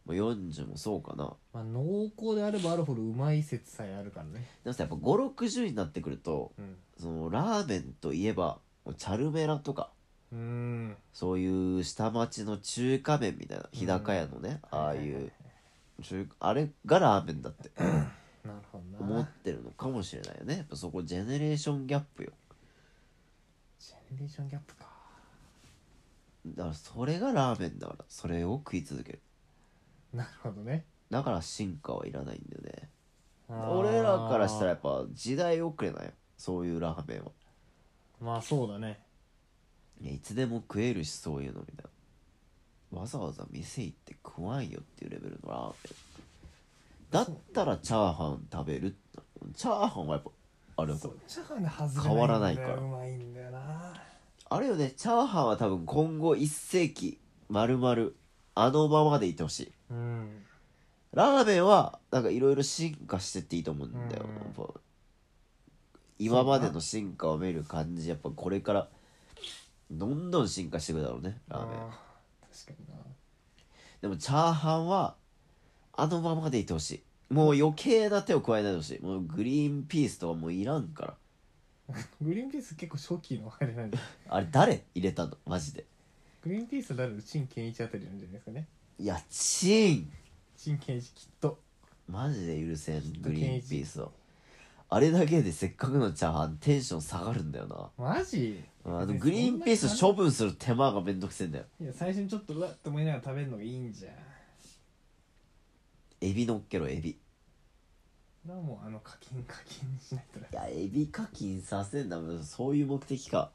B: もう40もそうかな
A: まあ、濃厚であればあるほどうまい説さえあるからね
B: でもさやっぱ560になってくると
A: うん
B: そのラーメンといえばもうチャルメラとか
A: うーん
B: そういう下町の中華麺みたいな日高屋のね、ああ
A: はいいはいは
B: う中あれがラーメンだって
A: なるほど
B: 思っ
A: な
B: てるのかもしれないよねやっぱそこジェネレーションギャップよ
A: ジェネレーションギャップか
B: だからそれがラーメンだからそれを食い続ける
A: なるほどね
B: だから進化はいらないんだよね
A: あー
B: 俺らからしたらやっぱ時代遅れなんよそういうラーメンは
A: まあそうだね
B: いやいつでも食えるしそういうのみたいなわざわざ店行って食わんよっていうレベルのラーメンだったらチャーハン食べるチャーハンはやっぱあれ
A: そうチャーハンで外れ
B: 変わらないから
A: うまいんだよな
B: あれよねチャーハンは多分今後1世紀丸々あのままでいてほしい
A: うん
B: ラーメンはなんかいろいろ進化してっていいと思うんだよ、
A: うん
B: やっぱ今までの進化を見る感じやっぱこれからどんどん進化していくだろうねラーメン
A: あー確かにな
B: でもチャーハンはあのままでいてほしいもう余計な手を加えないでほしいもうグリーンピースとかもういらんから
A: グリーンピース結構初期のあれなんで
B: あれ誰入れたのマジで
A: グリーンピースだる陳健一あたりなんじゃないですかね
B: いやチーン
A: 陳健一きっと
B: マジで許せん
A: と
B: グリーンピースをあれだけでせっかくのチャーハンテンション下がるんだよな
A: マジ
B: あのグリーンピース
A: ョ
B: 処分する手間がめんどくせえんだよ
A: いや最初にちょっとうわっと思いながら食べるのがいいんじゃん
B: エビ乗っけろエビい
A: それはもうあの課金課金にしないとね
B: やエビ課金させんだもんそういう目的か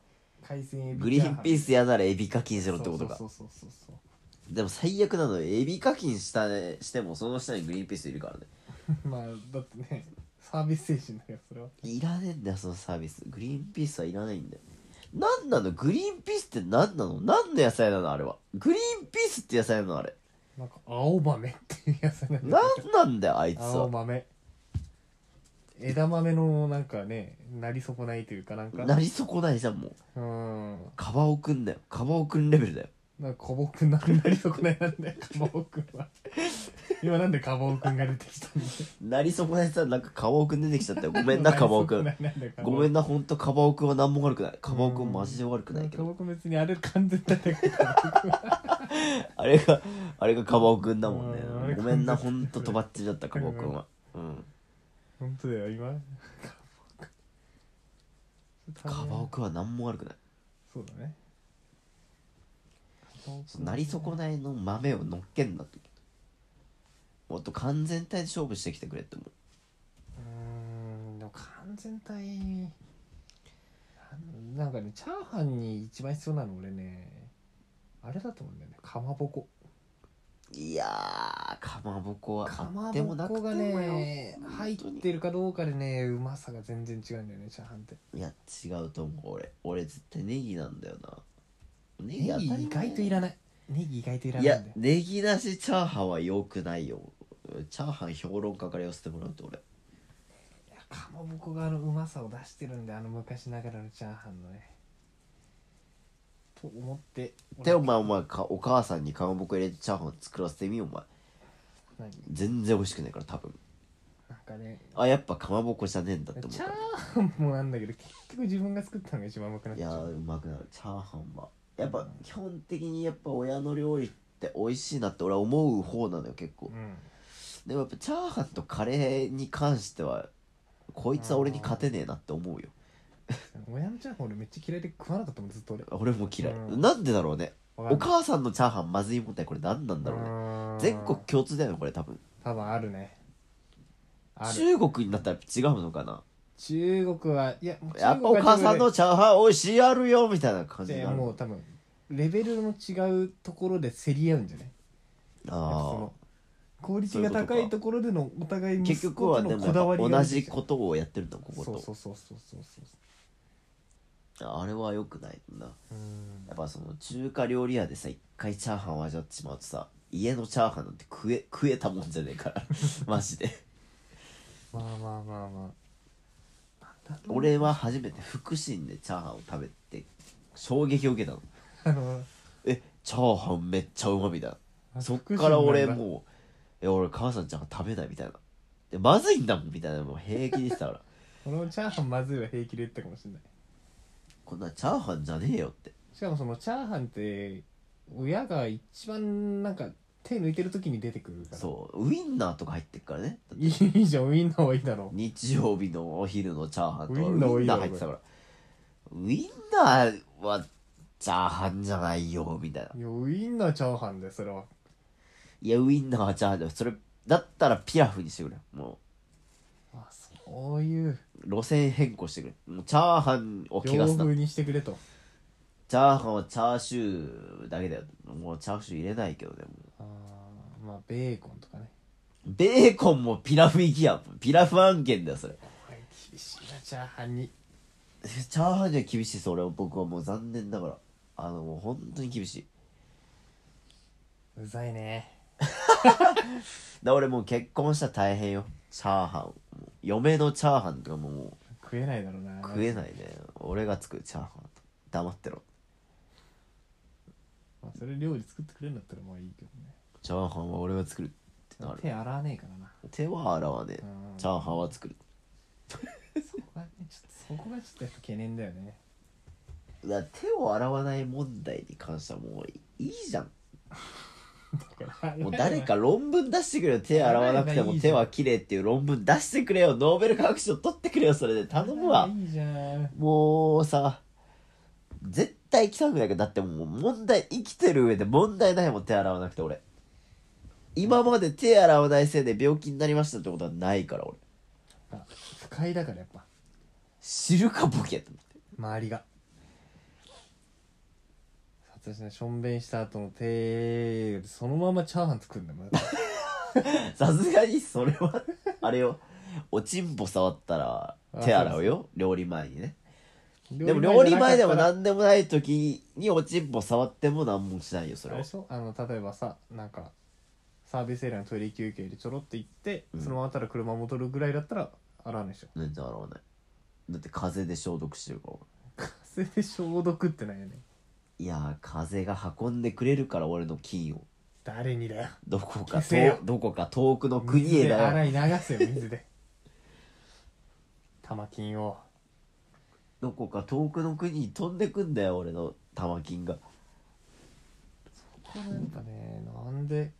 A: 海鮮エビ
B: グリーンピー
A: ス
B: スやならエビ課金しろってことか
A: そうそうそうそう
B: でも最悪なのよエビ課金した、ね、してもその下にグリーンピースいるからね
A: そうまあだってねサービス精神だからそれはい
B: らねえんだよそのサービスグリーンピースはいらないんだよなんなのグリーンピースって何なの何の野菜なのあれはグリーンピースって野菜なのあれ
A: なんか青豆っていうやつなんだ
B: 何なんだよあいつ
A: 青
B: は
A: 豆枝豆のなんかねなり損ないというかなんか
B: なり損ないじゃんもう
A: うん
B: カバオくんだよカバオくんレベルだよ
A: なんか、カボウくんなくなり損ないなんだよ、カボウくんは。今なんでカボウくんが出てきたんだよ。
B: なり損ないさなんかカバオくん出てきちゃったよごめん なカバオくんごめん
A: な
B: なほんとカバオくんは何も悪くないカバオくんマジで悪く
A: り損
B: な
A: ないいけ
B: けど
A: ど。カボウくん別にあれ完全戦いから。
B: あれが、あれがカバオくんだもんね
A: うんあれ。
B: ごめんな、ほんととばっちりだった、カバオくんは。うん。
A: 本当だよ、今。カボ
B: カ
A: ウくん。
B: バオくんは何も悪くない。
A: そうだね。カバオくん
B: なり損ないの豆を乗っけんなって。もっと完全体で勝負してきてくれって思う。
A: うーん、でも完全体。なんなんかね、チャーハンに一番必要なの俺ね、あれだと思うんだよね、かまぼこ。
B: いやー、かまぼこは
A: か
B: あ
A: ま
B: ってもな
A: ぼ
B: くて
A: こ
B: も
A: がね
B: よ。
A: 入ってるかどうかでねうまさが全然違うんだよねチャーハンって
B: いや、違うと思う、俺。俺絶対ネギなんだよな。ネ
A: ネ
B: 当た
A: ギ
B: り
A: 意
B: 前
A: 外といらないネギ意外といら
B: い
A: ない
B: や
A: んだよ
B: ネギなしチャーハンは良くないよチャーハン評論家から寄せてもらうと俺
A: いやかまぼこがあのうまさを出してるんであの昔ながらのチャーハンのねと思って
B: でお前お前かお母さんにかまぼこ入れてチャーハン作らせてみよお前
A: 何
B: 全然美味しくないから多分
A: なんかね
B: あやっぱかまぼこじゃねえんだって思っ
A: チャ
B: た
A: ーハンもなんだけど結局自分が作ったのが一番うまくなっ
B: い
A: ち
B: や
A: ゃ
B: ー
A: う
B: うまくなるチャーハンはやっぱ基本的にやっぱ親の料理って美味しいなって俺は思う方なのよ結構
A: うん
B: でもやっぱチャーハンとカレーに関してはこいつは俺に勝てねえなって思うよ
A: 親のチャーハン俺めっちゃ嫌いで食わなかったもんずっと俺
B: 俺も嫌い、
A: うん
B: なんでだろうね
A: わか
B: お
A: んない
B: 母さんのチャーハンまずい問題これ何なんだろうね
A: う
B: 全国
A: ん
B: 共通だよねこれ多分
A: 多分あるねある
B: 中国になったら違うのかな
A: 中国はいやもう中国
B: やっぱお母さんのチャーハン美味しいあるよみたいな感じ
A: で
B: になる
A: もう多分レベルの違うところで競り合うんじゃないなんかそ
B: あ
A: の効率
B: そうい
A: が
B: うことか
A: 高いところでのお互い
B: あ
A: 息子
B: 結局は
A: と
B: で
A: の
B: も
A: こだわり
B: やっ
A: が
B: ぱ同じこととをやってるんだここ
A: そう
B: と
A: そうそうそうそうそう
B: あれはよくないな
A: うん
B: やっぱその中華料理屋でさ一回チャーハンを味わってしまうとさ家のチャーハンなんて食え 食えたもんじゃねえから マジで
A: まあまあまあまあなんだろう
B: 俺は初めて福神でチャーハンを食べて衝撃を受けたの
A: あの
B: えチャーハンめっちゃうまみだ
A: あ
B: そっから俺
A: 福
B: もう「え俺母さんチャーハン食べない」みたいな「でまずいんだもん」みたいなもう平気でしたから
A: このチャーハンまずいは平気で言ったかもしれない
B: こんなチャーハンじゃねえよって
A: しかもそのチャーハンって親が一番なんか手抜いてる時に出てくるから
B: そうウインナーとか入ってっからね
A: いいじゃんウインナーはいいだろ
B: 日曜日のお昼のチャーハンとか
A: ウイ
B: ウイ
A: ンナー多い
B: ン
A: よ
B: ナー入ってたからウインナーはチャーハンじゃないよみたいない
A: やウインナーチャーハンだよそれはい
B: やウインナーはチャーハンだよそれだったらピラフにしてくれも
A: あそういう
B: う路線変更してくれもうチャーハンを
A: 洋
B: 汚すな
A: 風にしてくれと
B: チャーハンはチャーシューだけだよもうチャーシュー入れないけどねもう
A: あーまあベーコンとかね
B: ベーコンもピラフ行きやピラフ案件だよそれ
A: これ厳しいなチャーハンに
B: チャーハンには厳しいです俺は僕はもう残念だからあのもう本当に厳しいう
A: ざいね
B: だ俺もう結婚したら大変よチャーハンもう嫁のチャーハンとかもも
A: 食えないだろうな
B: う食えないね俺が作るチャーハン黙ってろ
A: まあ、それ料理作ってくれるんだったらまあいいけどね
B: チャーハンは俺が作るってなる
A: 手洗わねえからな
B: 手は洗わねえ
A: うん
B: チャーハンは作る
A: そこがねちょっとそこがちょっとやっぱ懸念だよね
B: だから手を洗わない問題に関してはもういいじゃんもう誰か論文出してくれよ手洗わなくても手は綺麗っていう論文出してくれよノーベル科学賞取ってくれよそれで頼むわ
A: いいじゃん
B: もうさ絶対汚くないからだってもう問題生きてる上で問題ないもん手洗わなくて俺今まで手洗わないせいで病気になりましたってことはないから俺
A: あ不快だからやっぱ
B: 知るかボケと思って
A: 周りが私ねしょんべんした後の手でそのままチャーハン作るんだよ、まだ
B: さすがにそれはあれよおちんぽ触ったら手洗うよ料理前にねでも料理前でも
A: なかったら
B: 何でもない時におちんぽ触っても何もしないよそ
A: あ
B: れ
A: れ
B: は
A: でしょあの例えばさなんかサービスエリアのトイレ休憩でちょろって行って、
B: うん
A: そのままたら車戻るぐらいだったら洗わないでしょ
B: 全然洗わないだって風邪で消毒してるから俺
A: 風で消毒ってないよね
B: いやー風が運んでくれるから俺の菌を
A: 誰にだよ
B: どこか
A: 消せよ
B: とどこか遠くの国
A: 水
B: へ
A: で
B: だよ
A: 洗い流せよ水で 玉金を
B: どこか遠くの国に飛んでくんだよ俺の玉菌が
A: これやっぱねなんで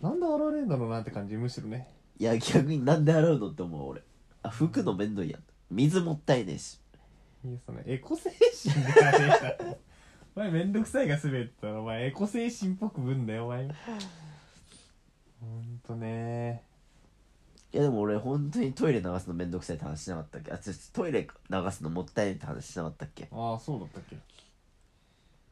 A: なんで洗われんだろうなって感じむしろね
B: いや逆になんで洗うのって思う俺あ拭くのめんどいやん水もったいねえし
A: いやそのエコ精神でやれたお前めんどくさいが全てだろお前エコ精神っぽくぶんだよお前ほんとね
B: いやでも俺本当にトイレ流すのめんどくさいって話しなかったっけあちょっとトイレ流すのもったいないって話しなかったっけ
A: ああそうだったっけ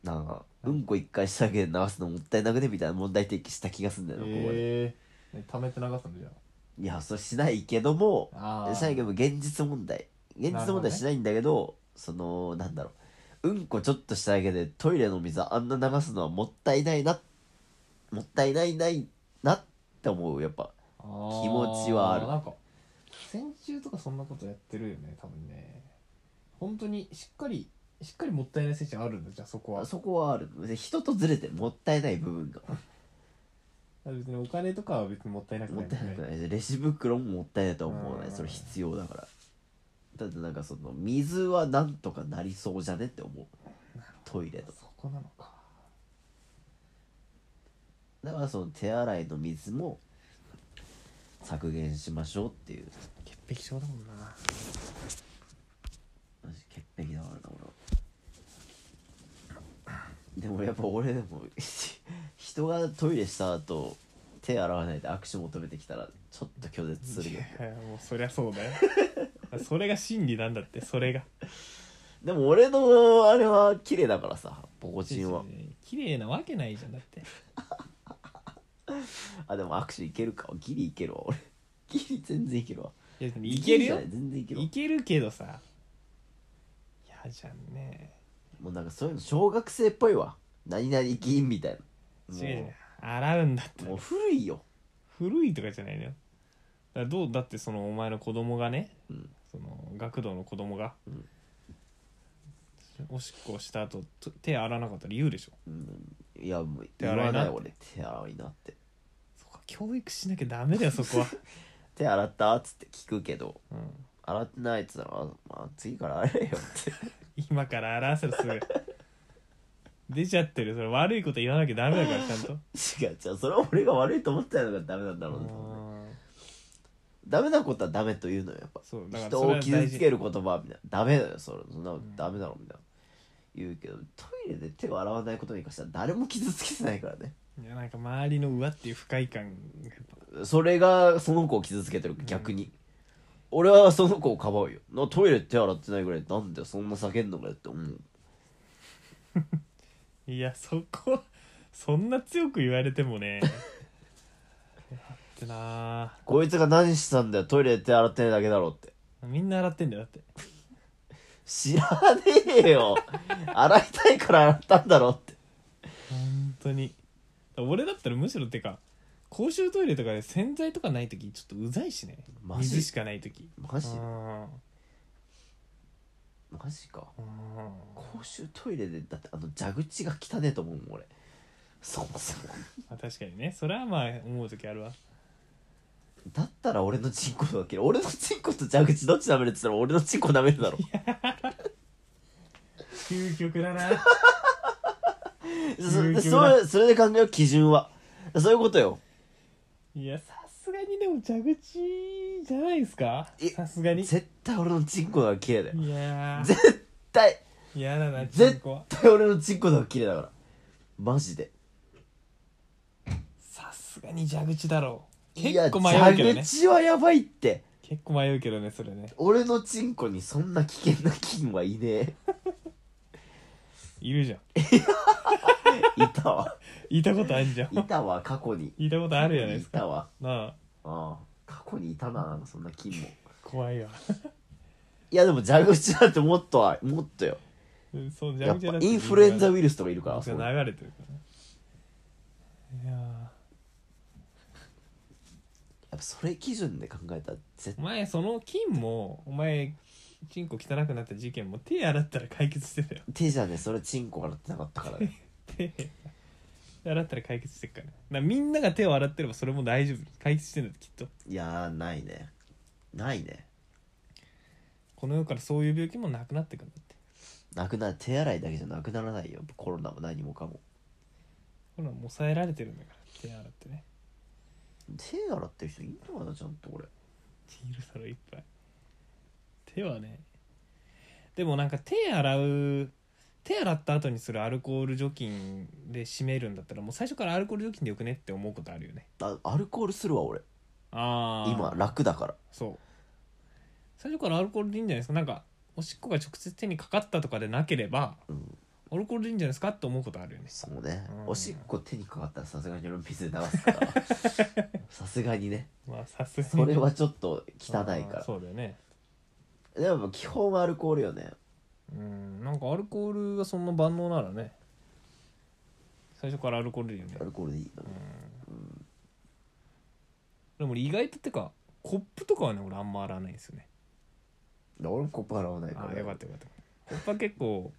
B: なんかうんこ一回しただけで流すのもったいなくねみたいな問題提起した気がすんだよなここで
A: ええー、溜めて流すんじゃ
B: いやそれしないけども
A: ああー
B: 最後も現実問題現
A: なるほ
B: 実問
A: どね
B: 題しないんだけどそのなんだろううんこちょっとしただけでトイレの水あんな流すのはもったいないなもったいないないなって思うやっぱ
A: あー
B: 気持ちはある
A: なんか先週とかそんなことやってるよね多分ね本当にしっかりしっかりもったいない精神あるんだじゃあそこは
B: あそこはあるで人とずれてるもったいない部分が
A: 別にお金とかは別にもったいなく
B: も
A: な
B: っ
A: い
B: たいなくないレジ袋ももったいないとは思わな
A: う
B: い
A: ん
B: それ必要だからだってなんかその水はなんとかなりそうじゃねって思うトイレと
A: そこなのか
B: だからその手洗いの水も削減しましょうっていう
A: 潔癖症だもんな
B: 私潔癖だからな俺はでもやっぱ俺でも 人がトイレした後手洗わないで握手求めてきたらちょっと拒絶するよ
A: いやもうそりゃそうだよ それが真理なんだってそれが
B: でも俺のあれは綺麗だからさポコチンは
A: 綺麗なわけないじゃんだって
B: あでも握手いけるかギリいけるわ俺ギリ全然いけるわ
A: いやでもいけるよ
B: ギリじゃない全然いけるわ
A: いけるけどさ嫌じゃんね
B: もうなんかそういうの小学生っぽいわ何々銀みたいな
A: 違う
B: も
A: よ洗うんだっ
B: う
A: て
B: もう古いよ
A: 古いとかじゃないのよだからどうだってそのお前の子供がね、
B: うん
A: その学童の子供が、
B: うん
A: おしっこした後と手洗わなかったら言うでしょ
B: うんいやもう
A: 手
B: 言
A: 洗いな
B: わない俺手洗いなって
A: そこは教育しなきゃダメだよそこ は、
B: 手洗ったっつって聞くけど
A: うん、
B: 洗ってないっつったらあ「まあ、次から洗えよ」って
A: 今から洗わせろすぐ 出ちゃってるそれ悪いこと言わなきゃダメだからちゃんと
B: 違う違うそれは俺が悪いと思ってたのがダメなんだろうね多分ね
A: うん
B: ダメなことはダメと言うのよやっぱ
A: そうだから
B: 人
A: それ
B: を
A: は
B: 傷
A: 大
B: つ
A: 事
B: ける言葉みたいなダメだよそれそんなの
A: ん
B: ダメだろみたいな言うけどトイレで手を洗わないことに関しては誰も傷つけてないからね
A: いやなんか周りのうわっていう不快感がやっぱ
B: それがその子を傷つけてる逆に、俺はその子をかばうよなトイレ手洗ってないぐらいなんでそんな叫んのかよって思う
A: いやそこそんな強く言われてもね だってな
B: こいつが何してたんだよトイレで手洗ってないだけだろって
A: あみんな洗ってんだよだって
B: 知らねえよ洗いたいから洗ったんだろって
A: 本当に俺だったらむしろてか公衆トイレとかで洗剤とかない時ちょっとうざいしね
B: マジ
A: 水しかない時
B: マジ
A: うんうん
B: マジか公衆トイレでだってあの蛇口が汚ねえと思うもん俺そもそも
A: まあ確かにねそれはまあ思う時あるわ
B: だったら俺のチンコだけど俺のチンコと蛇口どっち舐めるって言ったら俺のチンコ舐め るだろ
A: 究極だな
B: そ
A: 究極だ
B: でそれそれで考えよう基準はそういうことよ
A: いやさすがにでも蛇口じゃないですか
B: え
A: さすがに
B: 絶対俺のチンコの方が綺麗だよ
A: いやー
B: 絶対
A: 嫌だなチン
B: 絶
A: コは
B: 対俺のチンコの方が綺麗だからマジで
A: さすがに蛇口だろう
B: い
A: 結
B: や
A: 構迷うけど
B: 蛇
A: ね
B: 口はやばいって
A: 結構迷うけどねそれね
B: 俺のチンコにそんな危険な菌はいね
A: いるじゃん
B: え いたわ
A: いたことあるじゃん
B: いたわ過去に
A: いたことあるじゃないです
B: いた
A: か
B: わ
A: なあ
B: ああ過去にいたななんかそんな菌も
A: 怖いわ
B: いやでも蛇口だってもっとはもっとよ
A: うんそう
B: やっ
A: 蛇口は
B: ぱ
A: だって
B: インフルエンザ
A: 水
B: ウイルスとかいるから
A: が
B: あそ
A: 水
B: こ
A: が流れてるからねいやー
B: やっぱそれ基準で考えたら絶
A: お前その金もお前チンコ汚くなった事件も手洗ったら解決してたよ
B: 手じゃねそれチンコ洗ってなかったからね
A: 手 洗ったら解決してるから,、ね、だからみんなが手を洗ってればそれも大丈夫解決してんだってきっと
B: いやーないねないね
A: この世からそういう病気もなくなってくんだって
B: なくなる手洗いだけじゃなくならないよコロナも何もかも
A: これはもう抑えられてるんだから手洗ってね
B: 手洗ってる人いるのかなちゃんと俺
A: いるだろいっぱい手はねでもなんか手洗う手洗った後にするアルコール除菌で締めるんだったらもう最初からアルコール除菌でよくねって思うことあるよね
B: あアルコールするわ俺
A: ああ
B: 今楽だから
A: そう最初からアルコールでいいんじゃないですかなんかおしっこが直接手にかかったとかでなければ、
B: うん
A: アルコールでいいんじゃないですかって思うことあるよね
B: そうね
A: うん
B: おしっこ手にかかったらさすがに俺水で流すから さすがにね
A: まあさすがに
B: それはちょっと汚い
A: あー
B: か
A: そうだよね
B: らでも基本はアルコールよね
A: うんなんかアルコールがそんな万能ならね最初からアルコールでいいよね
B: アルコールでいいの
A: でも俺意外とてかコップとかはね俺あんま洗わないんですよね
B: 俺もコップ洗わないか
A: ああ
B: ら
A: よかったよかったコップは結構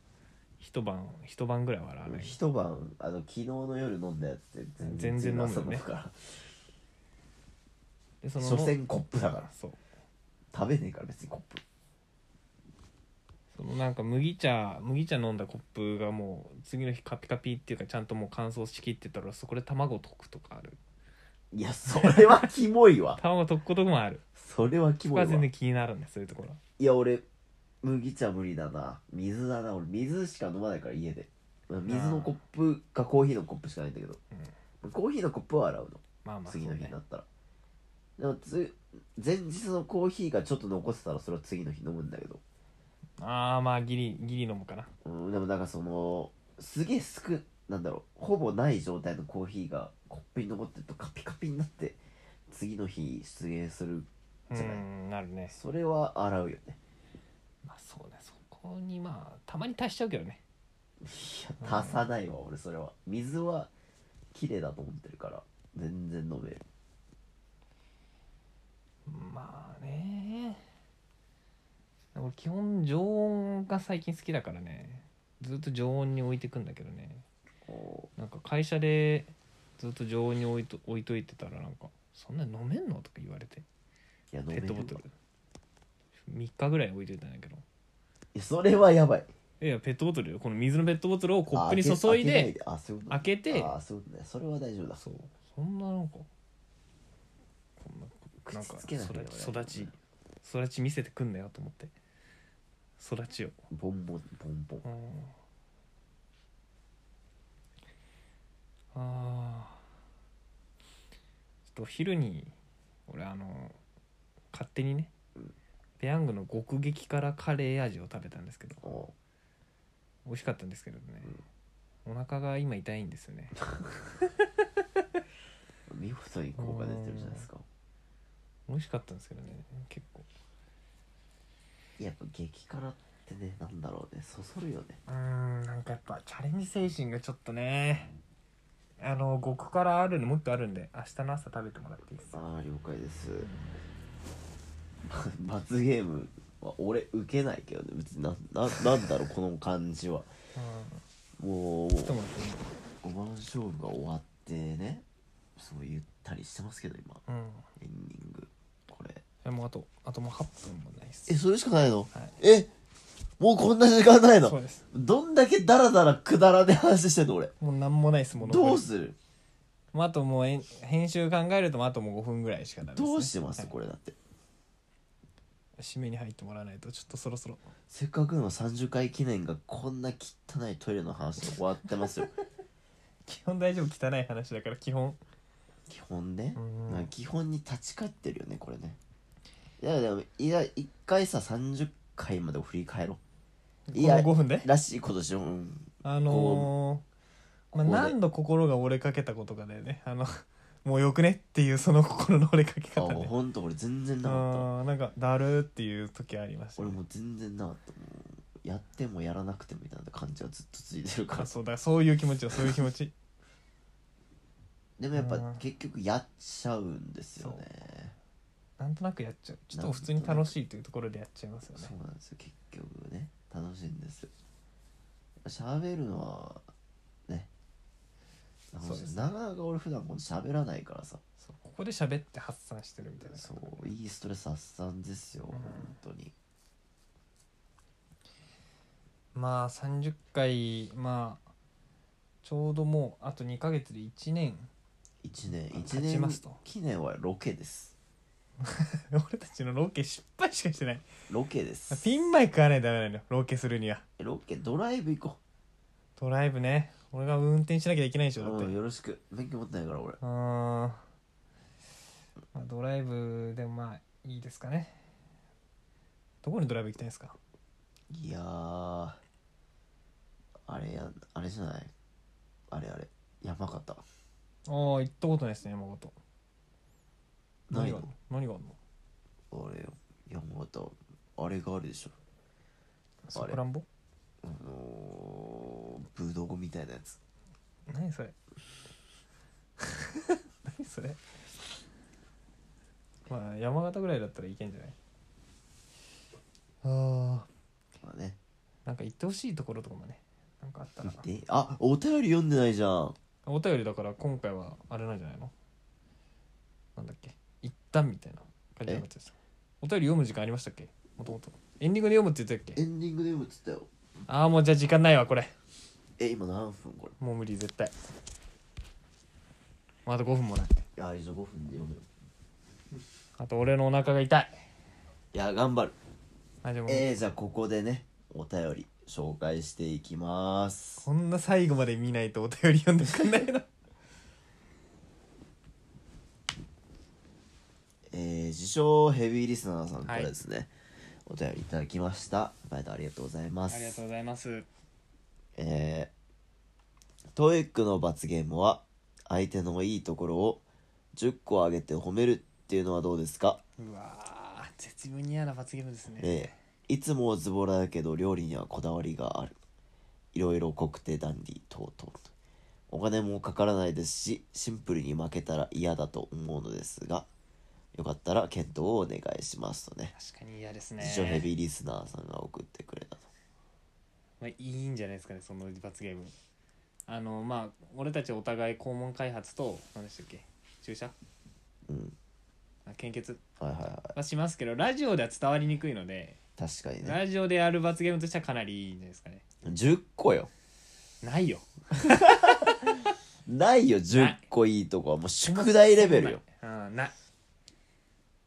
A: 一晩一晩ぐらいは洗わない
B: 一晩あの昨日の夜飲んだやつって
A: 全然飲むよね
B: 朝飲むから
A: でそ
B: 所詮コップだから
A: そう
B: 食べねえから別にコップ
A: そのなんか麦茶麦茶飲んだコップがもう次の日カピカピっていうかちゃんともう乾燥しきってたらそこで卵溶くとかある
B: いやそれはキモいわ
A: 卵溶くこともある
B: それはキ
A: 僕
B: モい
A: は
B: わ
A: 全然気になるんでそういうところ
B: いや俺麦茶無理だな水だな俺水しか飲まないから家で水のコップかコーヒーのコップしかないんだけど、コーヒーのコップは洗うの
A: まあまあそう
B: 次の日に
A: ね
B: なったら、でもつ前日のコーヒーがちょっと残ってたらそれは次の日飲むんだけど、
A: ああまあギリギリ飲むかな
B: うん、でもなんかそのすげえ少なんだろうほぼない状態のコーヒーがコップに残ってるとカピカピになって次の日出現する
A: う
B: じゃない
A: んなるね
B: それは洗うよね
A: まあそうねそこにまあたまに足しちゃうけどね
B: いや足さないわ俺それは水は綺麗だと思ってるから全然飲める
A: まあね俺基本常温が最近好きだからねずっと常温に置いてくんだけどね
B: こ
A: なんか会社でずっと常温に置いと置いといてたらなんか「そんな飲めんの?」とか言われて
B: ういや飲
A: ペ
B: め
A: ッ
B: る
A: ト
B: わ
A: ボトル3日ぐらい置いといたんだけど
B: いやそれはやばい
A: いやペットボトルよこの水のペットボトルをコップに
B: あ開
A: 注
B: け
A: い
B: 開けない
A: で
B: あそういうこと
A: 開けて
B: あそういうことねそれは大丈夫だ
A: そうそんななんかこんななんか
B: 口つけないで
A: 育ち
B: 俺
A: 育ち育ち見せてくんなよと思って育ちを
B: ボンボンボンボン
A: うんあーちょっとお昼に俺あの勝手にねペヤングの極激辛カレー味を食べたんですけど
B: お
A: 美味しかったんですけどね、お腹が今痛いんですよね
B: 見事に効果出てるじゃないですか
A: 美味しかったんですけどね結構
B: いややっぱ激辛ってねなんだろうねそそるよね
A: うーんなんかやっぱチャレンジ精神がちょっとねあの極辛あるのもっとあるんで明日の朝食べてもらっていいですか
B: ああ了解です ま罰ゲームは俺受けないけどね別になななんだろうこの感じはもう
A: うんちょっと待って
B: 五番勝負が終わってねそうゆったりしてますけど今
A: うん
B: エンディングこれ
A: えもうあとあともう8分もないっす
B: えそれしかないの、
A: はい
B: えもうこんな時間ない
A: そう
B: の
A: です
B: どんだけダラダラくだらねえ話してんの俺
A: もうなんもないっすも残り
B: どうする
A: もうあともうえん編集考えるともうあともう5分ぐらいしかダメです、ね、
B: どうしてます
A: はい
B: これだって
A: 締めに入ってもらわないとちょっとそろそろ
B: せっかくの30回記念がこんな汚いトイレの話で終わってますよ
A: 基本大丈夫汚い話だから基本
B: 基本ね
A: うん
B: なんか基本に立ち返ってるよねこれねいやでもいや一回さ30回までを振り返ろういや
A: この5分で
B: らしいことしよう、うん、
A: あのー
B: ここで
A: まあ、何度心が折れかけたことかだよねあの もうよくねっていうその心の折れかけ
B: あ
A: 方ね
B: ほんと俺全然
A: あ
B: なかった
A: ーなんかだるーっていう時ありましたね、
B: 俺もう全然なかったもうやってもやらなくてもみたいな感じがずっとついてるから
A: あそうだからそういう気持ちよそういう気持ち
B: でもやっ
A: うん
B: ぱ結局やっちゃうんですよね
A: なんとなくやっちゃうちょっと普通に楽しいというところでやっちゃいますよね
B: そうなんですよ結局ね楽しいんですよ喋るのはね楽しい
A: そうですね
B: なかなか俺普段この喋らないからさ
A: そうここで喋って発散してるみたいな
B: そういいストレス発散ですよ
A: ん
B: 本当に
A: まあ30回まあちょうどもうあと2ヶ月で1年
B: 1年
A: あ
B: 1
A: 立ち
B: 年
A: ますと
B: 記念はロケです
A: 俺たちのロケ失敗しかして ない
B: ロケです
A: ピンマイクがないとダメなのよロケするには
B: ロケドライブ行こ
A: ドライブね俺が運転しなきゃいけないでし
B: う
A: ょだって
B: う
A: うんん
B: よろしく免許持ってないから俺
A: まあドライブでもまあいいですかねどこにドライブ行きたいですか
B: いやーあれやあれじゃないあれあれ山形
A: ああ行ったことないですね山形
B: な
A: 何
B: い
A: が
B: の
A: 何があるの
B: あれよ山形あれがあるでしょ
A: サクランボ
B: あのー、ブドウみたいなやつ
A: 何それ 何それまあ山形ぐらいだったらいけんじゃないあー
B: まあね
A: なんか行ってほしいところとかもねなんかあったら
B: であお便り読んでないじゃん
A: お便りだから今回はあれなんじゃないのなんだっけ一旦みたいな感じじゃなかったですかお便り読む時間ありましたっけもともとエンディングで読むって言ってたっ
B: エ
A: け
B: ンディングで読むっつったよ
A: ああもうじゃあ時間ないわこれ
B: え今何分こ
A: もう無理絶対あと5分もない
B: れああじゃあ5分で読むよ
A: あと俺のお腹が痛い
B: いや頑張る
A: あでも、
B: えー、じゃあここでねお便り紹介していきます
A: こんな最後まで見ないとお便り読んでくんない な
B: えー、自称ヘビーリスナーさんか
A: はい
B: らですね、お便りいただきましたバイトありがとうございます
A: ありがとうございます
B: えー、トイックの罰ゲームは相手のいいところを10個あげて褒めるっていうのはどうですか
A: うわー絶妙に嫌な罰ゲームですね
B: ええいつもズボラだけど料理にはこだわりがあるいろいろ濃くてダンディー等々お金もかからないですしシンプルに負けたら嫌だと思うのですがよかったら検討をお願いしますとね
A: 確かに嫌ですね
B: 自称ヘビーリスナーさんが送ってくれたと
A: まあ、いいんじゃないですかねその罰ゲームあのまあ俺たちお互い肛門開発と何でしたっけ注射
B: うん
A: あ献血
B: はいはいは
A: はしますけどラジオでは伝わりにくいので、
B: い確かにね
A: ラジオでやる罰ゲームとしてはかなりいいんじゃないですかね
B: 10個よ
A: ないよ
B: ないよ10個いいとこはもう宿題レベルよ
A: ないうんない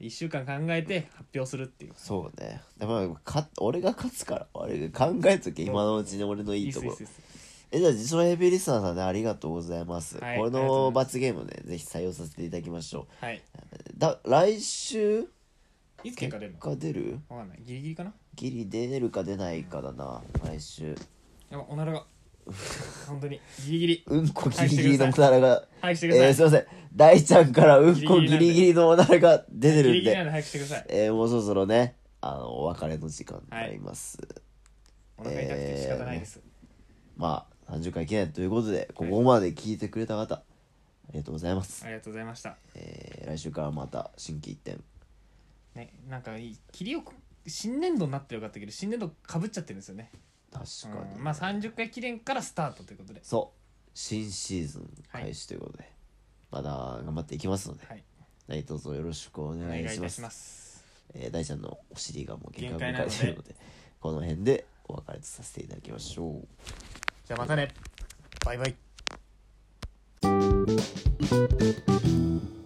A: 1週間考えて発表するっていう
B: そうねでもか俺が勝つから俺が考えとけ今のうちに俺のいいとこ
A: っ
B: ろ
A: すっすっす
B: えじゃあ自称ヘビーリスナーさんねありがとうございます、
A: はい
B: こ
A: ありがとう
B: の
A: ござい
B: 罰ゲームねぜひ採用させていただきましょ
A: はい、
B: うだ来週
A: いつ結果
B: 結
A: 出るの
B: 果出る
A: わかんないギリギリかな
B: ギリ出るか出ないかだな来週
A: やばおな らが本当にギリギリ
B: うんこギリギリのおならが
A: 早くしてください、
B: えー、すいません大ちゃんからうんこギリギリのおならが出て
A: ギ
B: る
A: リ
B: ん
A: ギリなん
B: で
A: で早くしてください
B: えー、もうそろそろねあのお別れの時間になります、
A: お腹痛くて仕方ないです、
B: まあ30回記念ということでここまで聞いてくれた方、ありがとうございます、
A: ありがとうございました
B: えー来週からまた新規一点
A: ねなんかいい切りよく新年度になってよかったけど新年度かぶっちゃってるんですよね
B: 確かに、
A: うんまあ30回記念からスタートということで
B: そう新シーズン
A: はい
B: 開始ということで、まだ頑張っていきますので、
A: はい
B: 何卒よろしくお
A: お
B: 願
A: 願いい
B: い
A: た
B: し
A: し
B: ま
A: ますす
B: えー大ちゃんのお尻がもう限
A: 限
B: 界
A: 界
B: を
A: な
B: 迎え
A: ので
B: ているのでこの辺でお別れとさせていただきましょう
A: じゃあまたねバイバイ